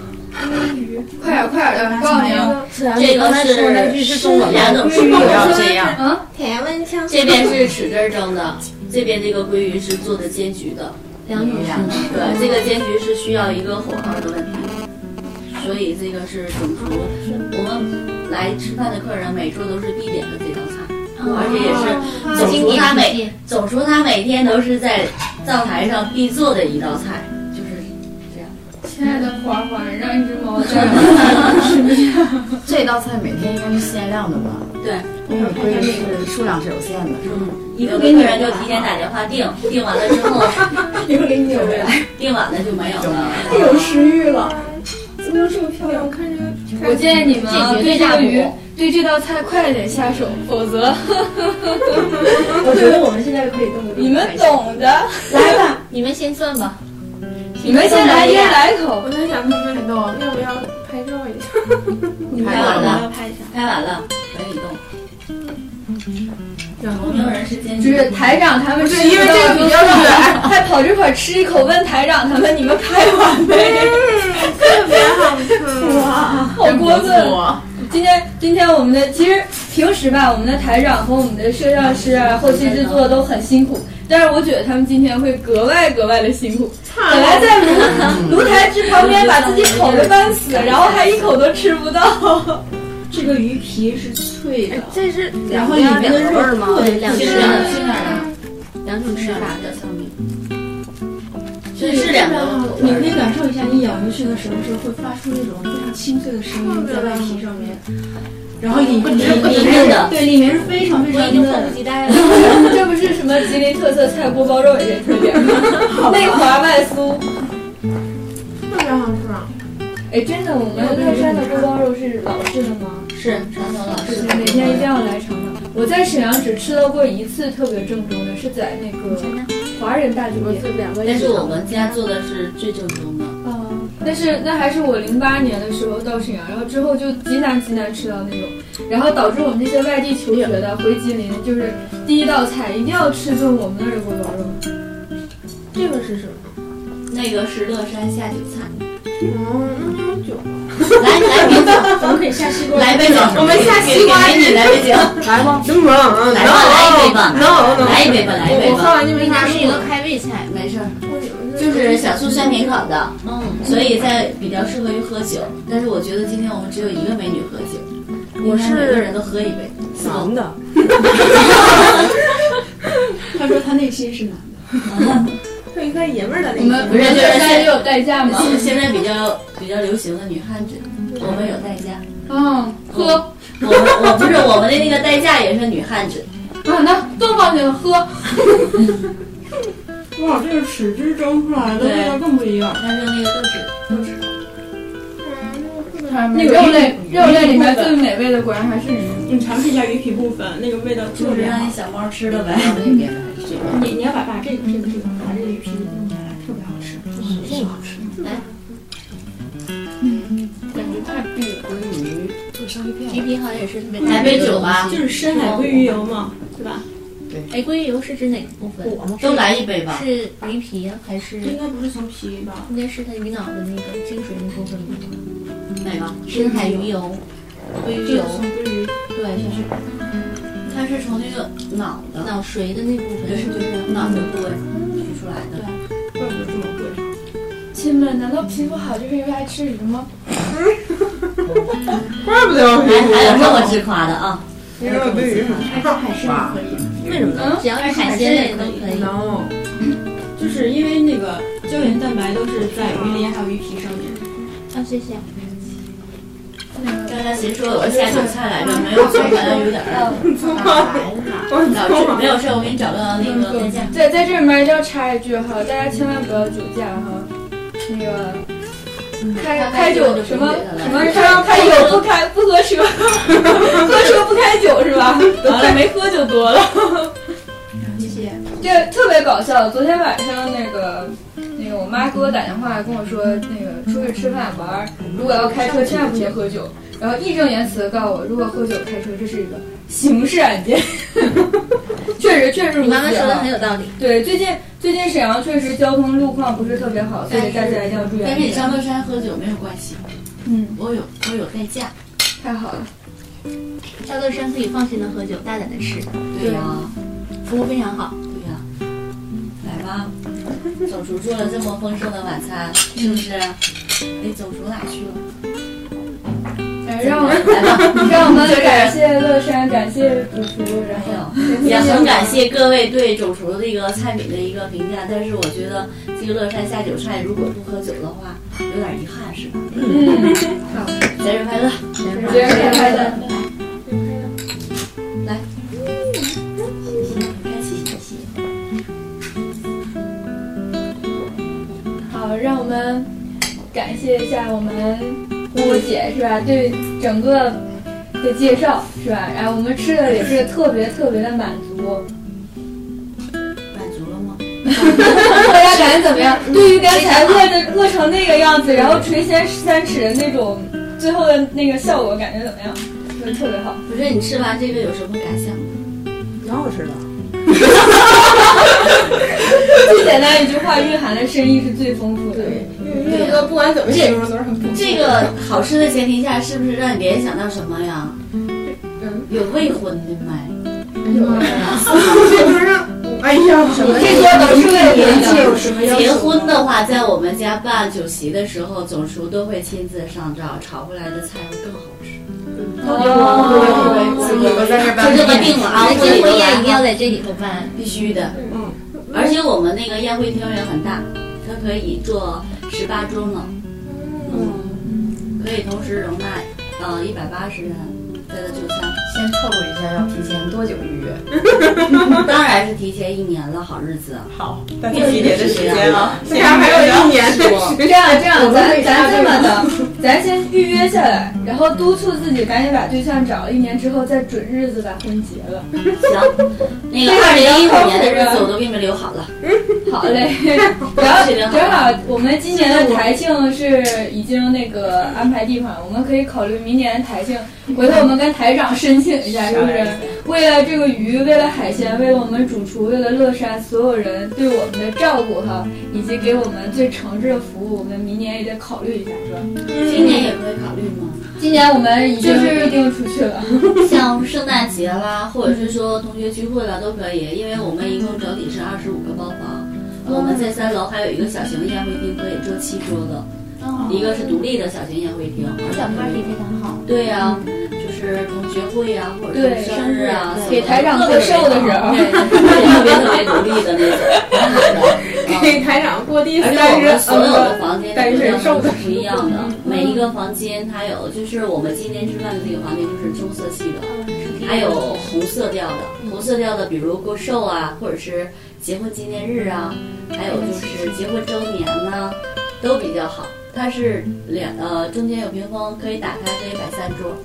Speaker 15: 快点快点的，告诉你，
Speaker 14: 是啊，
Speaker 9: 这
Speaker 14: 你刚
Speaker 9: 个
Speaker 14: 才说那句
Speaker 9: 是
Speaker 14: 是中文吗
Speaker 9: 两种吃法，要这样。
Speaker 15: 嗯，
Speaker 7: 甜温香
Speaker 9: 这边是豉汁儿蒸的，这边这个鲑鱼是做的煎焗的，
Speaker 1: 两种吃法
Speaker 9: 对，这个煎焗是需要一个火候的问题，所以这个是总厨我们来吃饭的客人每桌都是必点的这道菜，
Speaker 1: 哦
Speaker 9: 而且也是总厨他每总厨他每天都是在灶台上必做的一道菜，就是这样。
Speaker 15: 亲爱的花花，让一只猫在我吃面。
Speaker 14: 这道菜每天应该是限量的吧？
Speaker 9: 对，
Speaker 14: 因为规矩是数量是有限的，是吧？
Speaker 9: 嗯一个给女人就提前打电话订，订完了之后，
Speaker 14: 一个给你回来，
Speaker 9: 订晚了就没有了。
Speaker 14: 太有食欲了。
Speaker 15: 怎么这么漂亮？我看着。
Speaker 6: 我建议你们啊，
Speaker 9: 这
Speaker 6: 对
Speaker 9: 绝对
Speaker 6: 这
Speaker 9: 大
Speaker 6: 个鱼
Speaker 9: 补，
Speaker 6: 对这道菜快点下手，否则
Speaker 14: 我觉得我们现在可以动动。
Speaker 6: 你们懂的。
Speaker 14: 来吧，
Speaker 9: 你们先算吧，
Speaker 6: 你们先来一人来一口。
Speaker 15: 我在想他们里头要不要拍照一下？
Speaker 9: 拍完了，
Speaker 1: 拍一下。
Speaker 9: 拍完了，可以动。
Speaker 6: 然后
Speaker 9: 没有人是煎
Speaker 6: 就
Speaker 9: 鸡
Speaker 6: 是台长他们
Speaker 15: 不是
Speaker 6: 吃
Speaker 15: 因为这个
Speaker 6: 到
Speaker 15: 比较
Speaker 6: 都是
Speaker 15: 软
Speaker 6: 还跑这块吃一口，问台长他们你们拍 完没？
Speaker 15: 特别好吃
Speaker 6: 哇，好过分！今天今天我们的其实平时吧，我们的台长和我们的摄像师啊，后期制作都很辛苦，但是我觉得他们今天会格外格外的辛苦。本来在 炉炉台之旁边把自己烤得半死，然后还一口都吃不到。
Speaker 1: 这个鱼皮是脆的，
Speaker 6: 这是
Speaker 1: 然后里面的肉特别
Speaker 9: 两
Speaker 1: 筋
Speaker 9: 种
Speaker 1: 道
Speaker 9: 吃法，两种吃法的小米，这是两个。
Speaker 1: 你可以感受一下，你咬进去的时候是会发出那种非常清脆的声音在外皮上面，然后里面
Speaker 9: 里面的
Speaker 1: 对里面是非常非
Speaker 9: 我已
Speaker 1: 常
Speaker 9: 经
Speaker 1: 嫩
Speaker 9: 迫
Speaker 1: 的
Speaker 9: 不。及待了。
Speaker 6: 这不是什么吉林特色菜锅包肉也是特点吗？内滑外酥。
Speaker 15: 特别好吃。
Speaker 6: 哎，真的，我们乐山的锅包肉是老式的吗？
Speaker 9: 是传统老
Speaker 6: 是
Speaker 9: 师，
Speaker 6: 哪天一定要来尝尝。我在沈阳只吃到过一次特别正宗的，是在那个华人大酒店。
Speaker 9: 但是我们家做的是最正宗的。
Speaker 6: 嗯，但是那还是我零八年的时候到沈阳，然后之后就极难极难吃到那种，然后导致我们这些外地求学的回吉林，就是第一道菜一定要吃就是我们那儿的锅包肉。
Speaker 1: 这个是什么？
Speaker 9: 那个是乐山下酒菜，
Speaker 15: 哦，那有酒。
Speaker 9: 来来瓶酒，
Speaker 1: 咱们可以下西瓜。
Speaker 9: 来杯酒，
Speaker 15: 我们下西瓜
Speaker 9: 给给你来杯酒，
Speaker 15: 来吧，能不能？
Speaker 9: 来吧，来一杯吧，
Speaker 15: 能能
Speaker 9: 来一杯吧，来一杯
Speaker 15: 我喝
Speaker 9: 吧。
Speaker 15: 完就没啥
Speaker 7: 它是一
Speaker 15: 事
Speaker 7: 个。开胃菜，
Speaker 9: 没事儿，就是小醋酸甜口的，嗯，所以在比较适合于喝酒。但是我觉得今天我们只有一个美女喝酒，
Speaker 14: 我是
Speaker 9: 应该每个人都喝一杯，是吧
Speaker 14: 男 的，
Speaker 1: 他说他内心是男
Speaker 15: 就一个爷们儿的
Speaker 6: 我们
Speaker 9: 不是就是
Speaker 6: 现在也有代驾吗？
Speaker 9: 是现在比较比较流行的女汉子，我们有代驾。
Speaker 6: 嗯，喝啊，
Speaker 9: 我们我不是我们的那个代驾也是女汉子，
Speaker 6: 啊那东方人喝。
Speaker 1: 的。哇，这个豉汁蒸出来的味道更不一样。
Speaker 9: 但是那个豆豉豆豉。
Speaker 1: 那个
Speaker 6: 肉类肉类里面最美味的果然还是鱼。
Speaker 1: 你尝试一下鱼皮部分，那个味道特
Speaker 9: 就是
Speaker 1: 别
Speaker 9: 让
Speaker 1: 好
Speaker 9: 那。小猫吃了呗。
Speaker 1: 你你要把把这个这个地方把这个鱼皮弄下来，特别好吃。
Speaker 9: 这个好吃，来，
Speaker 6: 感觉太贵了。
Speaker 9: 鲑鱼，
Speaker 1: 有生鱼片。
Speaker 5: 鱼皮好像也是
Speaker 9: 南北酒吧
Speaker 1: 就是深海鲑鱼油嘛，对吧？
Speaker 5: 哎，鲑鱼油是指哪个部分？
Speaker 9: 我们都来一杯吧
Speaker 5: 是鱼皮啊还是？
Speaker 1: 应该不是从皮吧？
Speaker 5: 应该是它鱼脑的那个精髓那部分吧？
Speaker 9: 哪个？
Speaker 5: 深海鱼油，鲑鱼油，
Speaker 1: 鲑鱼，
Speaker 5: 对，就是
Speaker 9: 它是从那个脑的
Speaker 5: 脑髓的那部分，
Speaker 9: 对
Speaker 5: 就是
Speaker 9: 脑髓部位取出来的。
Speaker 1: 怪不得这么贵。
Speaker 6: 亲们，难道皮肤好就是因为爱吃鱼吗？
Speaker 17: 怪不得要黑
Speaker 9: 还有这么自夸的啊！
Speaker 17: 因为我对鱼很
Speaker 1: 爱吃海参也可以，
Speaker 9: 为什么呢？
Speaker 5: 只要是海鲜类都可以。
Speaker 1: no，就是
Speaker 9: 嗯
Speaker 1: 因为那个胶原蛋白都是在鱼鳞还有鱼皮上面。
Speaker 5: 啊，谢谢。
Speaker 9: 刚才谁说我下酒菜来着？没有，我感觉有点儿老师没有事，我给你找到那个那件。
Speaker 2: 对，在这里面要插一句哈，大家千万不要酒驾哈，那个。
Speaker 5: 嗯
Speaker 2: 开开酒什么什么开开酒不开不喝车，喝车不开酒是吧？ 完了没喝就多了。
Speaker 5: 谢谢。
Speaker 2: 这特别搞笑。昨天晚上那个那个我妈给我打电话跟我说，那个出去吃饭玩儿，如果要开车千万不能喝酒。然后义正言辞的告诉我，如果喝酒开车，这是一个刑事案件。 确实，确实如此啊。
Speaker 5: 你妈妈说的很有道理。
Speaker 2: 对，最近最近沈阳确实交通路况不是特别好，所以大家一定要注意
Speaker 9: 但
Speaker 2: 安
Speaker 9: 是你上
Speaker 2: 全。
Speaker 9: 乐山喝酒没有关系，
Speaker 2: 嗯，
Speaker 9: 我有我有代驾。
Speaker 2: 太好了，
Speaker 5: 赵乐山可以放心的喝酒，大胆的吃。
Speaker 9: 对呀、
Speaker 5: 服务非常好。
Speaker 9: 对呀、来吧，总厨做了这么丰盛的晚餐，是不是？哎，总厨哪去了？
Speaker 6: 嗯
Speaker 2: 哎让 我
Speaker 9: 来吧，
Speaker 2: 让我们感谢乐山，感谢主厨，然后
Speaker 9: 也很感谢各位对总厨这个菜品的一个评价，但是我觉得这个乐山下酒菜如果不喝酒的话，有点遗憾，是吧？
Speaker 2: 嗯，
Speaker 9: 好，节日快乐！节日
Speaker 2: 节日快乐！
Speaker 9: 来，开心开心。
Speaker 2: 好，让我们感谢一下我们郭姐是吧？对整个的介绍是吧？然后我们吃的也是特别特别的满足。
Speaker 9: 满足了吗？
Speaker 2: 大家感觉怎么样？对于刚才饿的饿成那个样子，然后垂涎三尺的那种，最后的那个效果感觉怎么样？就特别好。
Speaker 9: 不是你吃完这个有什么感想吗？
Speaker 10: 老好吃了。
Speaker 2: 最简单一句话蕴含的深意是最丰富的。
Speaker 9: 对
Speaker 10: 这个不管怎么形容都是很不
Speaker 9: 这个好吃的前提下，是不是让你联想到什么呀？有未婚的没？
Speaker 10: 这不是哎呀，什么
Speaker 9: 这些都是为
Speaker 10: 年
Speaker 9: 年
Speaker 10: 纪有什么要求
Speaker 9: 结婚的话，在我们家办酒席的时候，总厨都会亲自上灶，炒出来的菜会更好吃。
Speaker 10: 哦
Speaker 9: 就这么定了啊！
Speaker 5: 结婚宴一定要在这里头办，
Speaker 9: 必须的。嗯，而且我们那个宴会厅也很大，它可以坐十八桌嘛，嗯，可以同时容纳呃一百八十人在这就餐。
Speaker 18: 先透露一下，要提前多久预约？
Speaker 9: 当然是提前一年了，好日子。好，
Speaker 18: 但是提前的时间啊
Speaker 9: 竟然
Speaker 2: 这样这样，咱咱这么的，咱先预约下来，然后督促自己赶紧把对象找了，一年之后再准日子把婚结了。
Speaker 9: 行，那个二零一五年的日子我都给你们留好了。
Speaker 2: 好嘞，然后正好我们今年 的台庆是已经那个呃安排地方了，我们可以考虑明年的台庆，回头我们跟台长申请一下，是不是？为了这个鱼，为了海鲜，为了我们主厨，为了乐山所有人对我们的照顾哈，以及给我们最诚挚的服务，我们明年也得考虑一下，是吧？
Speaker 9: 今年也可以考虑吗？
Speaker 2: 今年我们已经
Speaker 9: 就是
Speaker 2: 预定出去了。
Speaker 9: 像圣诞节啦，或者是说同学聚会啦，都可以，因为我们一共整体是二十五个包房，我们在三楼还有一个小型的宴会厅，可以坐七桌的，一个是独立的小型宴会厅，而且
Speaker 5: 小 party 非常好。
Speaker 9: 对呀、就是同学会呀、或者
Speaker 5: 对
Speaker 9: 是生日啊，
Speaker 5: 给
Speaker 9: 什么
Speaker 5: 台长
Speaker 9: 各
Speaker 5: 做
Speaker 9: 个
Speaker 5: 寿的时候
Speaker 9: 对 特别特别独立的那种，
Speaker 1: 给台长过第
Speaker 9: 而
Speaker 1: 三
Speaker 9: 且哎我
Speaker 1: 十
Speaker 9: 们所有的房间
Speaker 1: 单身
Speaker 9: 都
Speaker 1: 受
Speaker 9: 是
Speaker 1: 的
Speaker 9: 不一样的，每一个房间它有，就是我们今天吃饭的这个房间就是棕色系的，还有红色调的，红色调的，比如过寿啊，或者是结婚纪念日啊，还有就是结婚周年呐、都比较好。它是两呃中间有屏风，可以打开，可以摆三桌，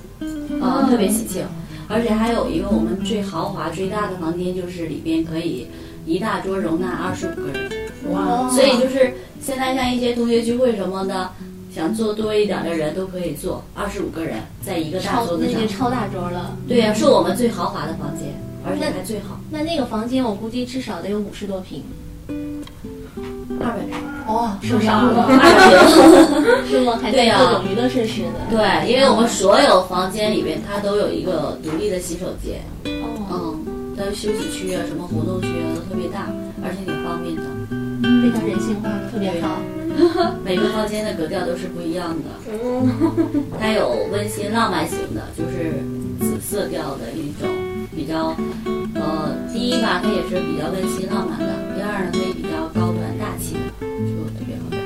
Speaker 9: 啊、特别喜庆。而且还有一个我们最豪华、最大的房间，就是里边可以一大桌容纳二十五个人。
Speaker 5: 哇
Speaker 7: 嗯
Speaker 9: 所以就是现在像一些同学聚会什么的，想做多一点的人都可以坐，二十五个人在一个大
Speaker 7: 超
Speaker 9: 桌子
Speaker 7: 那
Speaker 9: 上。
Speaker 7: 个超大桌了。
Speaker 9: 对呀、是我们最豪华的房间，而且
Speaker 7: 那
Speaker 9: 还最好。
Speaker 7: 那那个房间我估计至少得有五十多平，
Speaker 9: 二百平。
Speaker 7: 哦，
Speaker 9: 是不是啊
Speaker 7: 二 是吗？还
Speaker 9: 对
Speaker 7: 带
Speaker 9: 呀
Speaker 7: 各种娱乐设施的。
Speaker 9: 对，因为我们所有房间里面它都有一个独立的洗手间，
Speaker 7: 哦
Speaker 9: 嗯，它休息区啊、什么活动区啊都特别大，而且挺方便的，
Speaker 7: 非常人性化，特别好。
Speaker 9: 每个房间的格调都是不一样的。 它有温馨浪漫型的，就是紫色调的一种，比较呃，第一吧，它也是比较温馨浪漫的；第二呢，它也比较高端大气的，就特别好看。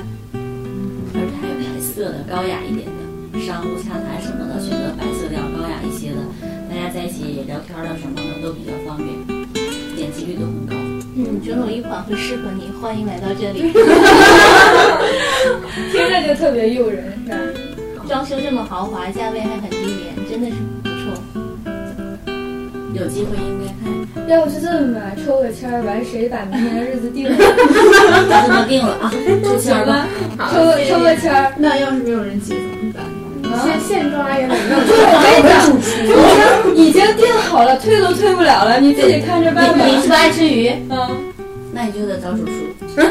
Speaker 9: 而且还有白色的，高雅一点的，商务洽谈什么的，选择白色调高雅一些的，大家在一起聊天儿啊什么的都比较方便，点击率都很高。
Speaker 7: 嗯，总有一款会适合你，欢迎来到这 里。
Speaker 6: 听着就特别诱人，是吧？
Speaker 7: 装修这么豪华，价位还很低廉，真的是不错。
Speaker 9: 有机会应该看一看。
Speaker 6: 要不就这么吧，抽个签儿，完谁把明年的日子定 了？
Speaker 9: 就这么定了啊，抽签儿吧
Speaker 6: 抽个抽个签儿。
Speaker 14: 那要是没有人接怎么办？现现抓也没有。
Speaker 6: 对，我跟你讲，已经已经定好了，退都退不了了，你自己看着办吧。
Speaker 9: 你你是不是爱吃鱼
Speaker 6: 嗯，
Speaker 9: 那你就得找主厨。
Speaker 14: 对，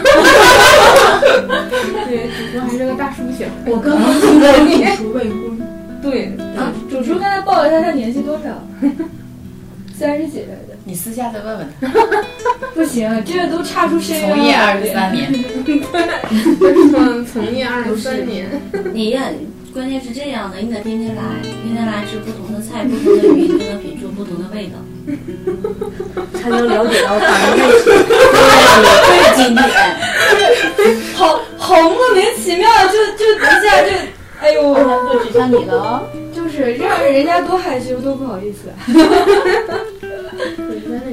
Speaker 14: 主厨还是个大叔型。我刚刚听说主厨未婚。
Speaker 6: 对，啊主厨刚才报了一下他年薪多少， 三十几来的。
Speaker 19: 你私下再问问他。
Speaker 6: 不行，这个都差出身
Speaker 19: 从业23年。
Speaker 14: 嗯，从业二十三年。
Speaker 9: 你呀，关键是这样的，你得天天来，天天来吃不同的菜、不同的鱼、不同的品种、不同的味道，才能了解到咱们最经典。
Speaker 6: 好好莫名其妙，就就一下就，哎呦，就指向你了哦。就是让人家多害羞，多不好意思。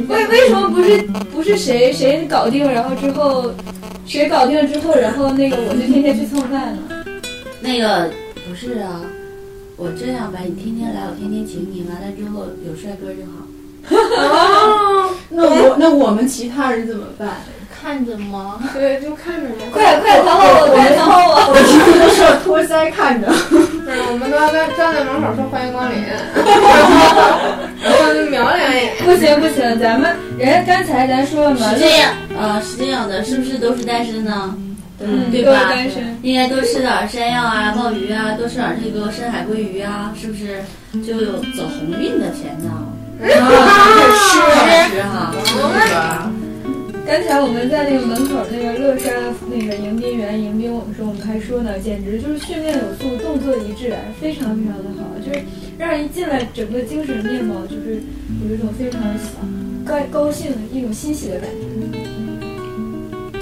Speaker 6: 为为什么不是不是谁谁搞定，然后之后谁搞定之后，然后那个我就天天去蹭饭呢？
Speaker 9: 那个不是啊，我这样吧，你天天来，我天天请你，完了之后有帅哥就好。
Speaker 14: 哦，那我那我们其他人怎么办？
Speaker 7: 看着吗？
Speaker 14: 对，就看着吧。
Speaker 6: 快快躺好我快躺好我
Speaker 14: 我们都是托腮看着。我们都要在站在门口说欢迎光临，然后就瞄两眼。
Speaker 6: 不行不行，咱们人家刚才咱说了嘛，
Speaker 9: 是这样，呃，是这样的，是不是都是单身呢？
Speaker 6: 嗯
Speaker 9: 对吧？
Speaker 6: 都是单身
Speaker 9: 应该多吃点山药啊、鲍鱼啊，多吃点这个深海鲑鱼啊，是不是就有走鸿运的钱 呢？是哈，
Speaker 6: 刚才我们在那个门口那个乐沙那个迎宾园迎宾，我们说我们还说呢，简直就是训练有素，动作一致，啊非常非常的好，就是让人一进来整个精神面貌就是有一种非常高高兴的一种欣喜的感觉。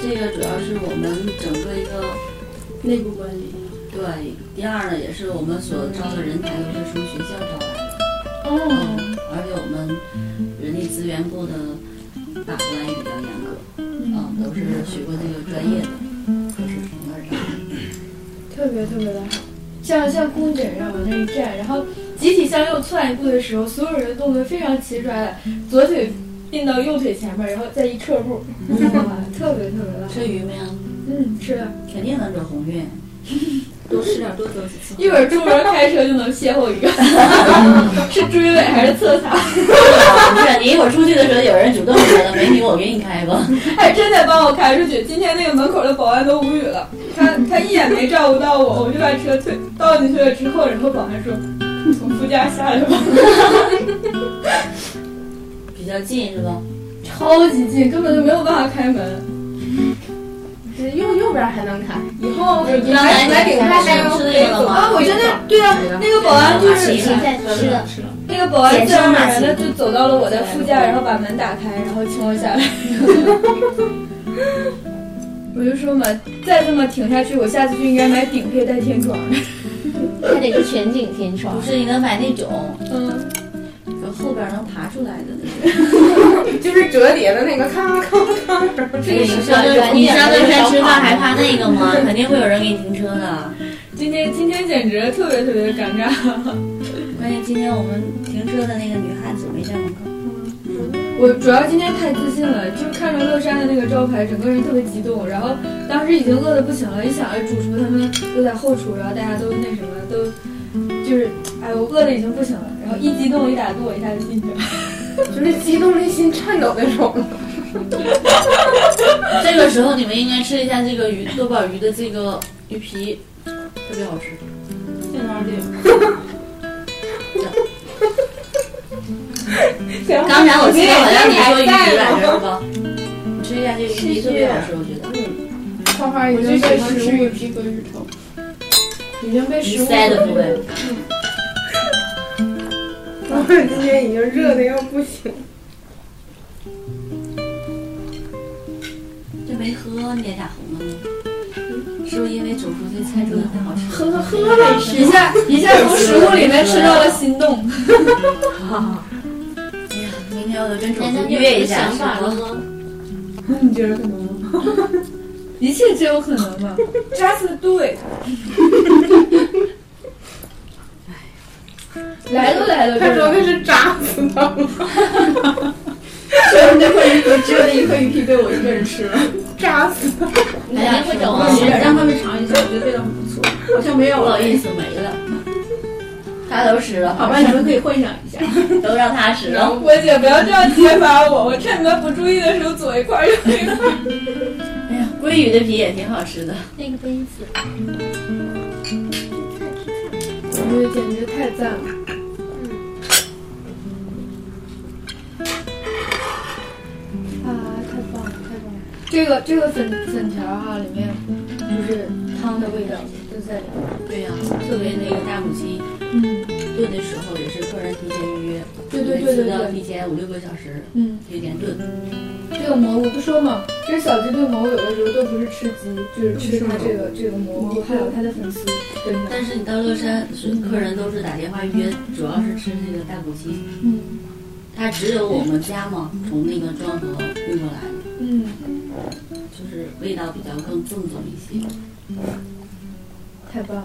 Speaker 9: 这个主要是我们整个一个内部管理。对，第二呢，也是我们所招的人才都是从学校招来的。
Speaker 6: 哦，
Speaker 9: 而且我们人力资源部的把关也比较严格，嗯，都是学过这个专业的，都是从那儿招的。
Speaker 6: 特别特别的好，像像空姐一样往那一站，然后集体向右窜一步的时候，所有人的动作非常齐抓的，左腿并到右腿前面，然后再一撤步，哇，特别特别的好。
Speaker 9: 吃鱼没有？
Speaker 6: 嗯，吃了。
Speaker 9: 肯定能走鸿运，多吃点，多走几次。
Speaker 6: 一会儿出门开车就能邂逅一个， 是追尾还是侧 擦？
Speaker 9: 啊不是，你一会儿出去的时候，有人主动说了，美女，我给你开吧。
Speaker 6: 还哎真得帮我开出去。今天那个门口的保安都无语了，他他一眼没照顾到我，我就把车推倒进去了之后，然后保安说：“你从副驾下来吧。
Speaker 9: 比较近是吧？”
Speaker 6: 超级近，根本就没有办法开门。
Speaker 14: 右右边还能开，以后
Speaker 6: 就
Speaker 14: 来
Speaker 6: 是来
Speaker 14: 来给他
Speaker 6: 来
Speaker 14: 开
Speaker 6: 来
Speaker 14: 车
Speaker 6: 来来啊我真的对啊那个保安就是
Speaker 14: 吃的
Speaker 6: 那个保安自然而然的就走到了我的副驾，然后把门打开，然后请我下来。 我就说嘛，再这么挺下去，我下次就应该买顶配带天窗的，
Speaker 7: 还得是全景天窗。
Speaker 9: 不是，你能买那种，
Speaker 6: 嗯，
Speaker 9: 就后边能爬出来的那种。
Speaker 14: 就是折叠的那个，咔咔咔咔。
Speaker 9: 你上你上顿山吃饭还怕那个吗？肯定会有人给你停车的。
Speaker 6: 今天今天简直特别特别的尴尬。
Speaker 9: 关键今天我们停车的那个女汉子没站门口，嗯，
Speaker 6: 我主要今天太自信了，就是看着乐山的那个招牌，整个人特别激动。然后当时已经饿得不行了，一想哎主厨他们都在后厨，然后大家都那什么，都就是 哎我饿得已经不行了。然后一激动一打坐，一下就进去了，
Speaker 14: 就是激动内心颤抖那种。
Speaker 9: 这个时候你们应该吃一下这个鱼豆瓣鱼的这个鱼皮，特别好吃。
Speaker 1: 在哪里？
Speaker 9: 刚才我记得好像你说鱼皮软是吧？你吃一下这个鱼皮特别好吃，我觉得。
Speaker 15: 画画已经被食物皮革日头，已经被食物
Speaker 9: 塞的部位。
Speaker 14: 我今天已经热的要不行。
Speaker 9: 这没喝，你脸咋红了呢？是不是因为主厨这菜做的太好吃了？
Speaker 6: 喝喝了，一下一下从食物里面吃到了心动。
Speaker 9: 明天我得跟主厨约一下，
Speaker 6: 想法了
Speaker 9: 吗？
Speaker 6: 那你觉得可能吗？一切皆有可能嘛，Just do it。来都来了，
Speaker 14: 他说那是
Speaker 6: 扎死他了。
Speaker 15: 就是那块鱼皮，只有那一块鱼皮被我一个人吃了，
Speaker 14: 扎死
Speaker 15: 他。
Speaker 9: 大家会整
Speaker 15: 你让他们尝一下，我觉得味道很不错。好像没有
Speaker 9: 不
Speaker 15: 了，
Speaker 9: 好意思，没了。他都吃了，
Speaker 15: 好吧，你们可以幻想一下。
Speaker 9: 都让他吃了。
Speaker 6: 我姐不要这样揭发我，我趁你们不注意的时候左一块右一块。
Speaker 9: 哎呀，鲑鱼的皮也挺好吃的。
Speaker 7: 那个杯子，
Speaker 15: 我觉得简直太赞了。嗯啊，太棒了，太棒了！这个这个粉粉条哈、里面就是汤的味道就在里面。
Speaker 9: 对呀、特别那个大母鸡，
Speaker 15: 嗯，
Speaker 9: 炖的时候也是客人提前预约，
Speaker 15: 对对对
Speaker 9: 每次
Speaker 15: 对
Speaker 9: 都要
Speaker 15: 对
Speaker 9: 提前五六个小时，
Speaker 15: 嗯，
Speaker 9: 有点炖。
Speaker 15: 这个蘑菇不说嘛，其实小鸡对蘑菇有的时候都不是吃鸡，就是
Speaker 6: 嗯
Speaker 15: 吃它这个这个蘑菇，还有它的粉丝。真的。
Speaker 9: 但是你到乐山，是客人都是打电话约，主要是吃那个大骨鸡。
Speaker 15: 嗯，
Speaker 9: 它只有我们家嘛，从那个庄河运过来的，
Speaker 15: 嗯，
Speaker 9: 就是味道比较更正宗一些。
Speaker 15: 太棒了。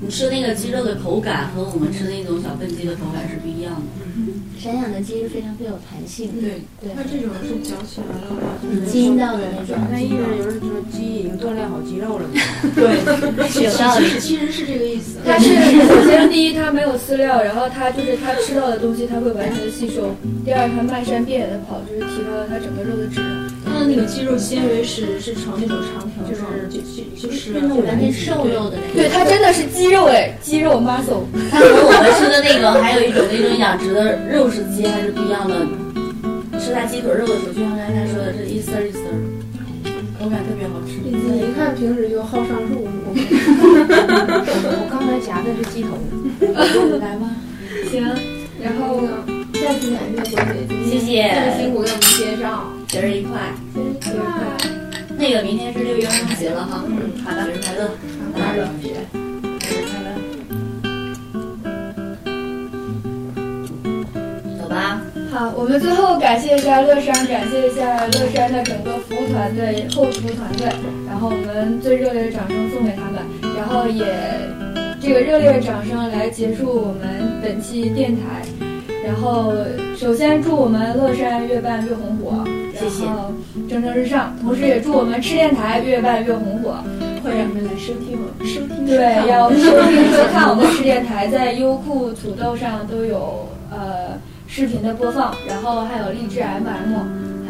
Speaker 9: 你吃那个鸡肉的口感和我们吃那种小笨鸡的口感是不一样的。
Speaker 20: 散养的鸡是非常富有弹性，
Speaker 9: 对
Speaker 20: 对，
Speaker 1: 它这种是嚼起来的话，
Speaker 20: 嗯基因到的那种
Speaker 1: 那意味就是说鸡已经锻炼好肌肉了嘛。
Speaker 15: 对
Speaker 1: 其
Speaker 15: 有道理
Speaker 1: 实其实是这个意思。
Speaker 6: 它是首先第一，它没有饲料，然后它就是它吃到的东西，它会完全的吸收。第二，它漫山遍野的跑，就是提高了它整个肉的质量。
Speaker 1: 它的那个肌肉纤维是是呈那种长条状，就就就是
Speaker 6: 对，它真的是肌肉哎，肌肉 muscle。
Speaker 9: 它和我们吃的那个还有一种那种养殖的肉食鸡还是不一样的。你吃它鸡腿肉的时候，就像刚才说的，是一丝儿一丝儿，口感特别好吃。
Speaker 14: 你一看平时就好上树，
Speaker 20: 我刚才夹的是鸡头，
Speaker 9: 来吧，
Speaker 6: 行，然后呢？
Speaker 14: 下次感谢小姐姐，
Speaker 9: 谢谢
Speaker 14: 这么辛苦给我们介绍，
Speaker 9: 节日愉快，
Speaker 14: 节日愉快，
Speaker 9: 那个明天是六一儿童节了哈，嗯，好的，节日快乐，大家节日快乐，走吧。
Speaker 6: 好，我们最后感谢一下乐山，感谢一下乐山的整个服务团队、后厨团队，然后我们最热烈的掌声送给他们，然后也这个热烈的掌声来结束我们本期电台。然后，首先祝我们乐山越办越红火，
Speaker 9: 谢谢
Speaker 6: 然后蒸蒸日上。同时也祝我们吃电台越办越红火，
Speaker 1: 会让人来收听我收听
Speaker 6: 对，要收听收看我们吃电台，在优酷、土豆上都有呃视频的播放，然后还有荔枝 FM，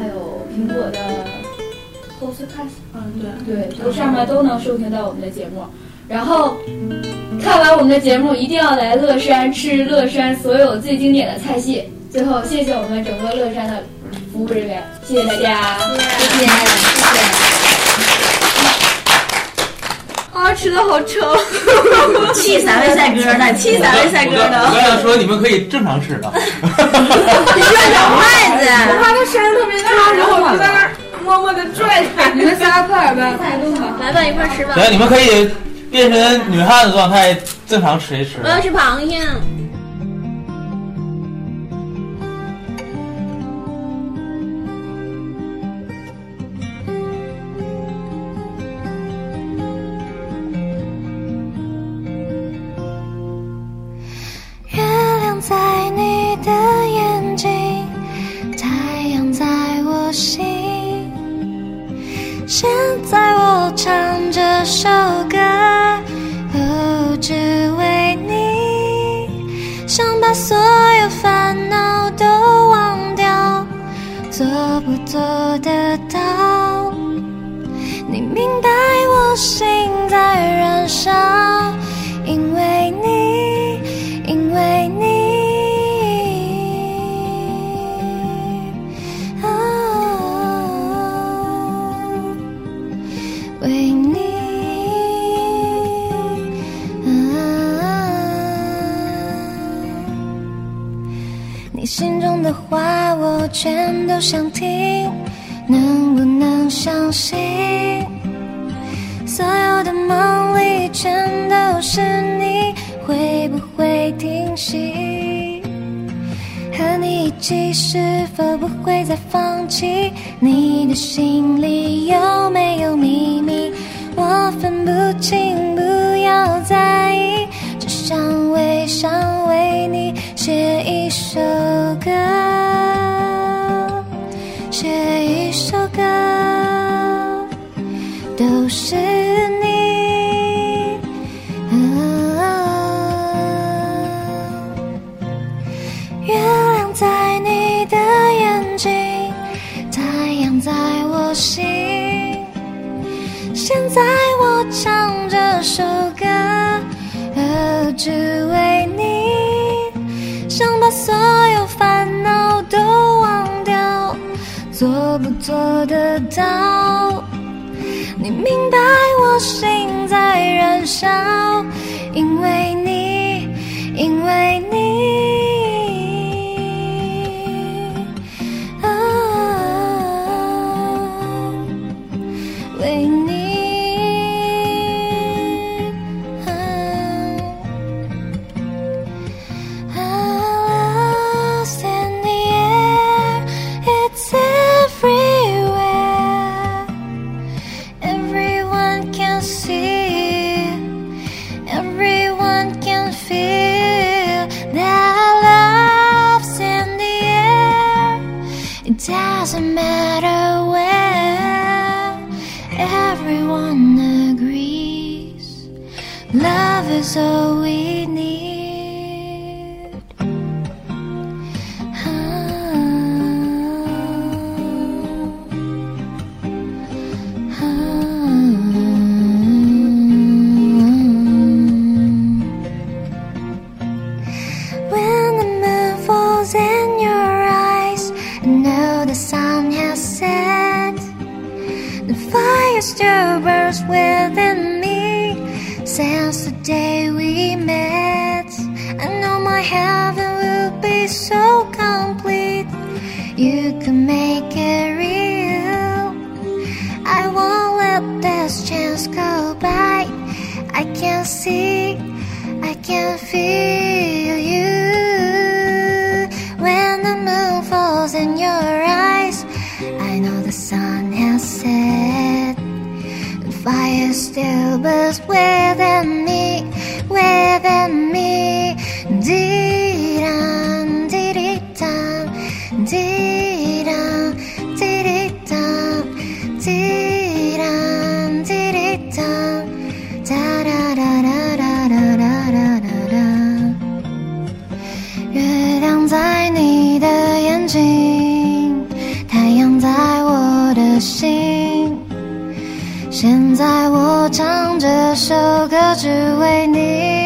Speaker 6: 还有苹果的 Podcast，
Speaker 2: 啊
Speaker 1: 嗯
Speaker 6: 对，都上面都能收听到我们的节目。然后看完我们的节目，一定要来乐山吃乐山所有最经典的菜系。最后，谢谢我们整个乐山的服务人员，谢谢大家，谢谢，谢谢。啊，吃的好 撑，
Speaker 9: 气三位帅哥呢？气三位帅哎哥
Speaker 21: 我刚
Speaker 9: 呢？
Speaker 21: 才说你们可以正常吃了，
Speaker 9: 筷子啊
Speaker 14: 我怕他声音特别大，然后我就在那儿默默的拽他。
Speaker 6: 你们仨快点吧，快弄吧，
Speaker 7: 来吧，一块儿吃吧。
Speaker 21: 对，你们可以变成女汉子状态，正常吃一吃
Speaker 7: 我。要吃螃蟹。
Speaker 5: 月亮在你的眼睛，太阳首歌，哦，只为你，想把所有烦恼都忘掉，做不做得到？你明白我心在燃烧，因为你，因为你。啊，为你啊，你心中的话我全都想听，能不能相信？所有的梦里全都是你，会不会停息？和你一起是否不会再放弃？你的心里有没有秘密？我分不清，不要在意，只想为想为你写一首歌，写一首歌，都是你。啊月亮在你的眼睛，太阳在我心。现在我唱这首歌，哦，只为你，想把所有烦恼都忘掉，做不做得到？你明白我心在燃烧，因为你，因为你，啊，为你，啊，啊，lost in the air, it's everywhere. Everyone can see, everyone can feel that love's in the air. It doesn't matter where, everyone agrees. Love is all we need. Ah. When the moon falls in your eyes, I know the sun has set. The fire still burns within me since the day we met. I know my heaven will be so complete. You can make it real. I won't let this chance go by. I can see, I can feel you. When the moon falls in your eyes, I know the sun has set. Fire still burns within me, within me. Dee-dum, dee-dee-dum, dee-dum, dee-dee-dum. Dee-dum, dee-dee-dum, da-da-da-da-da-da-da-da-da. 月亮在你的眼睛，太阳在我的心。现在我唱这首歌，只为你。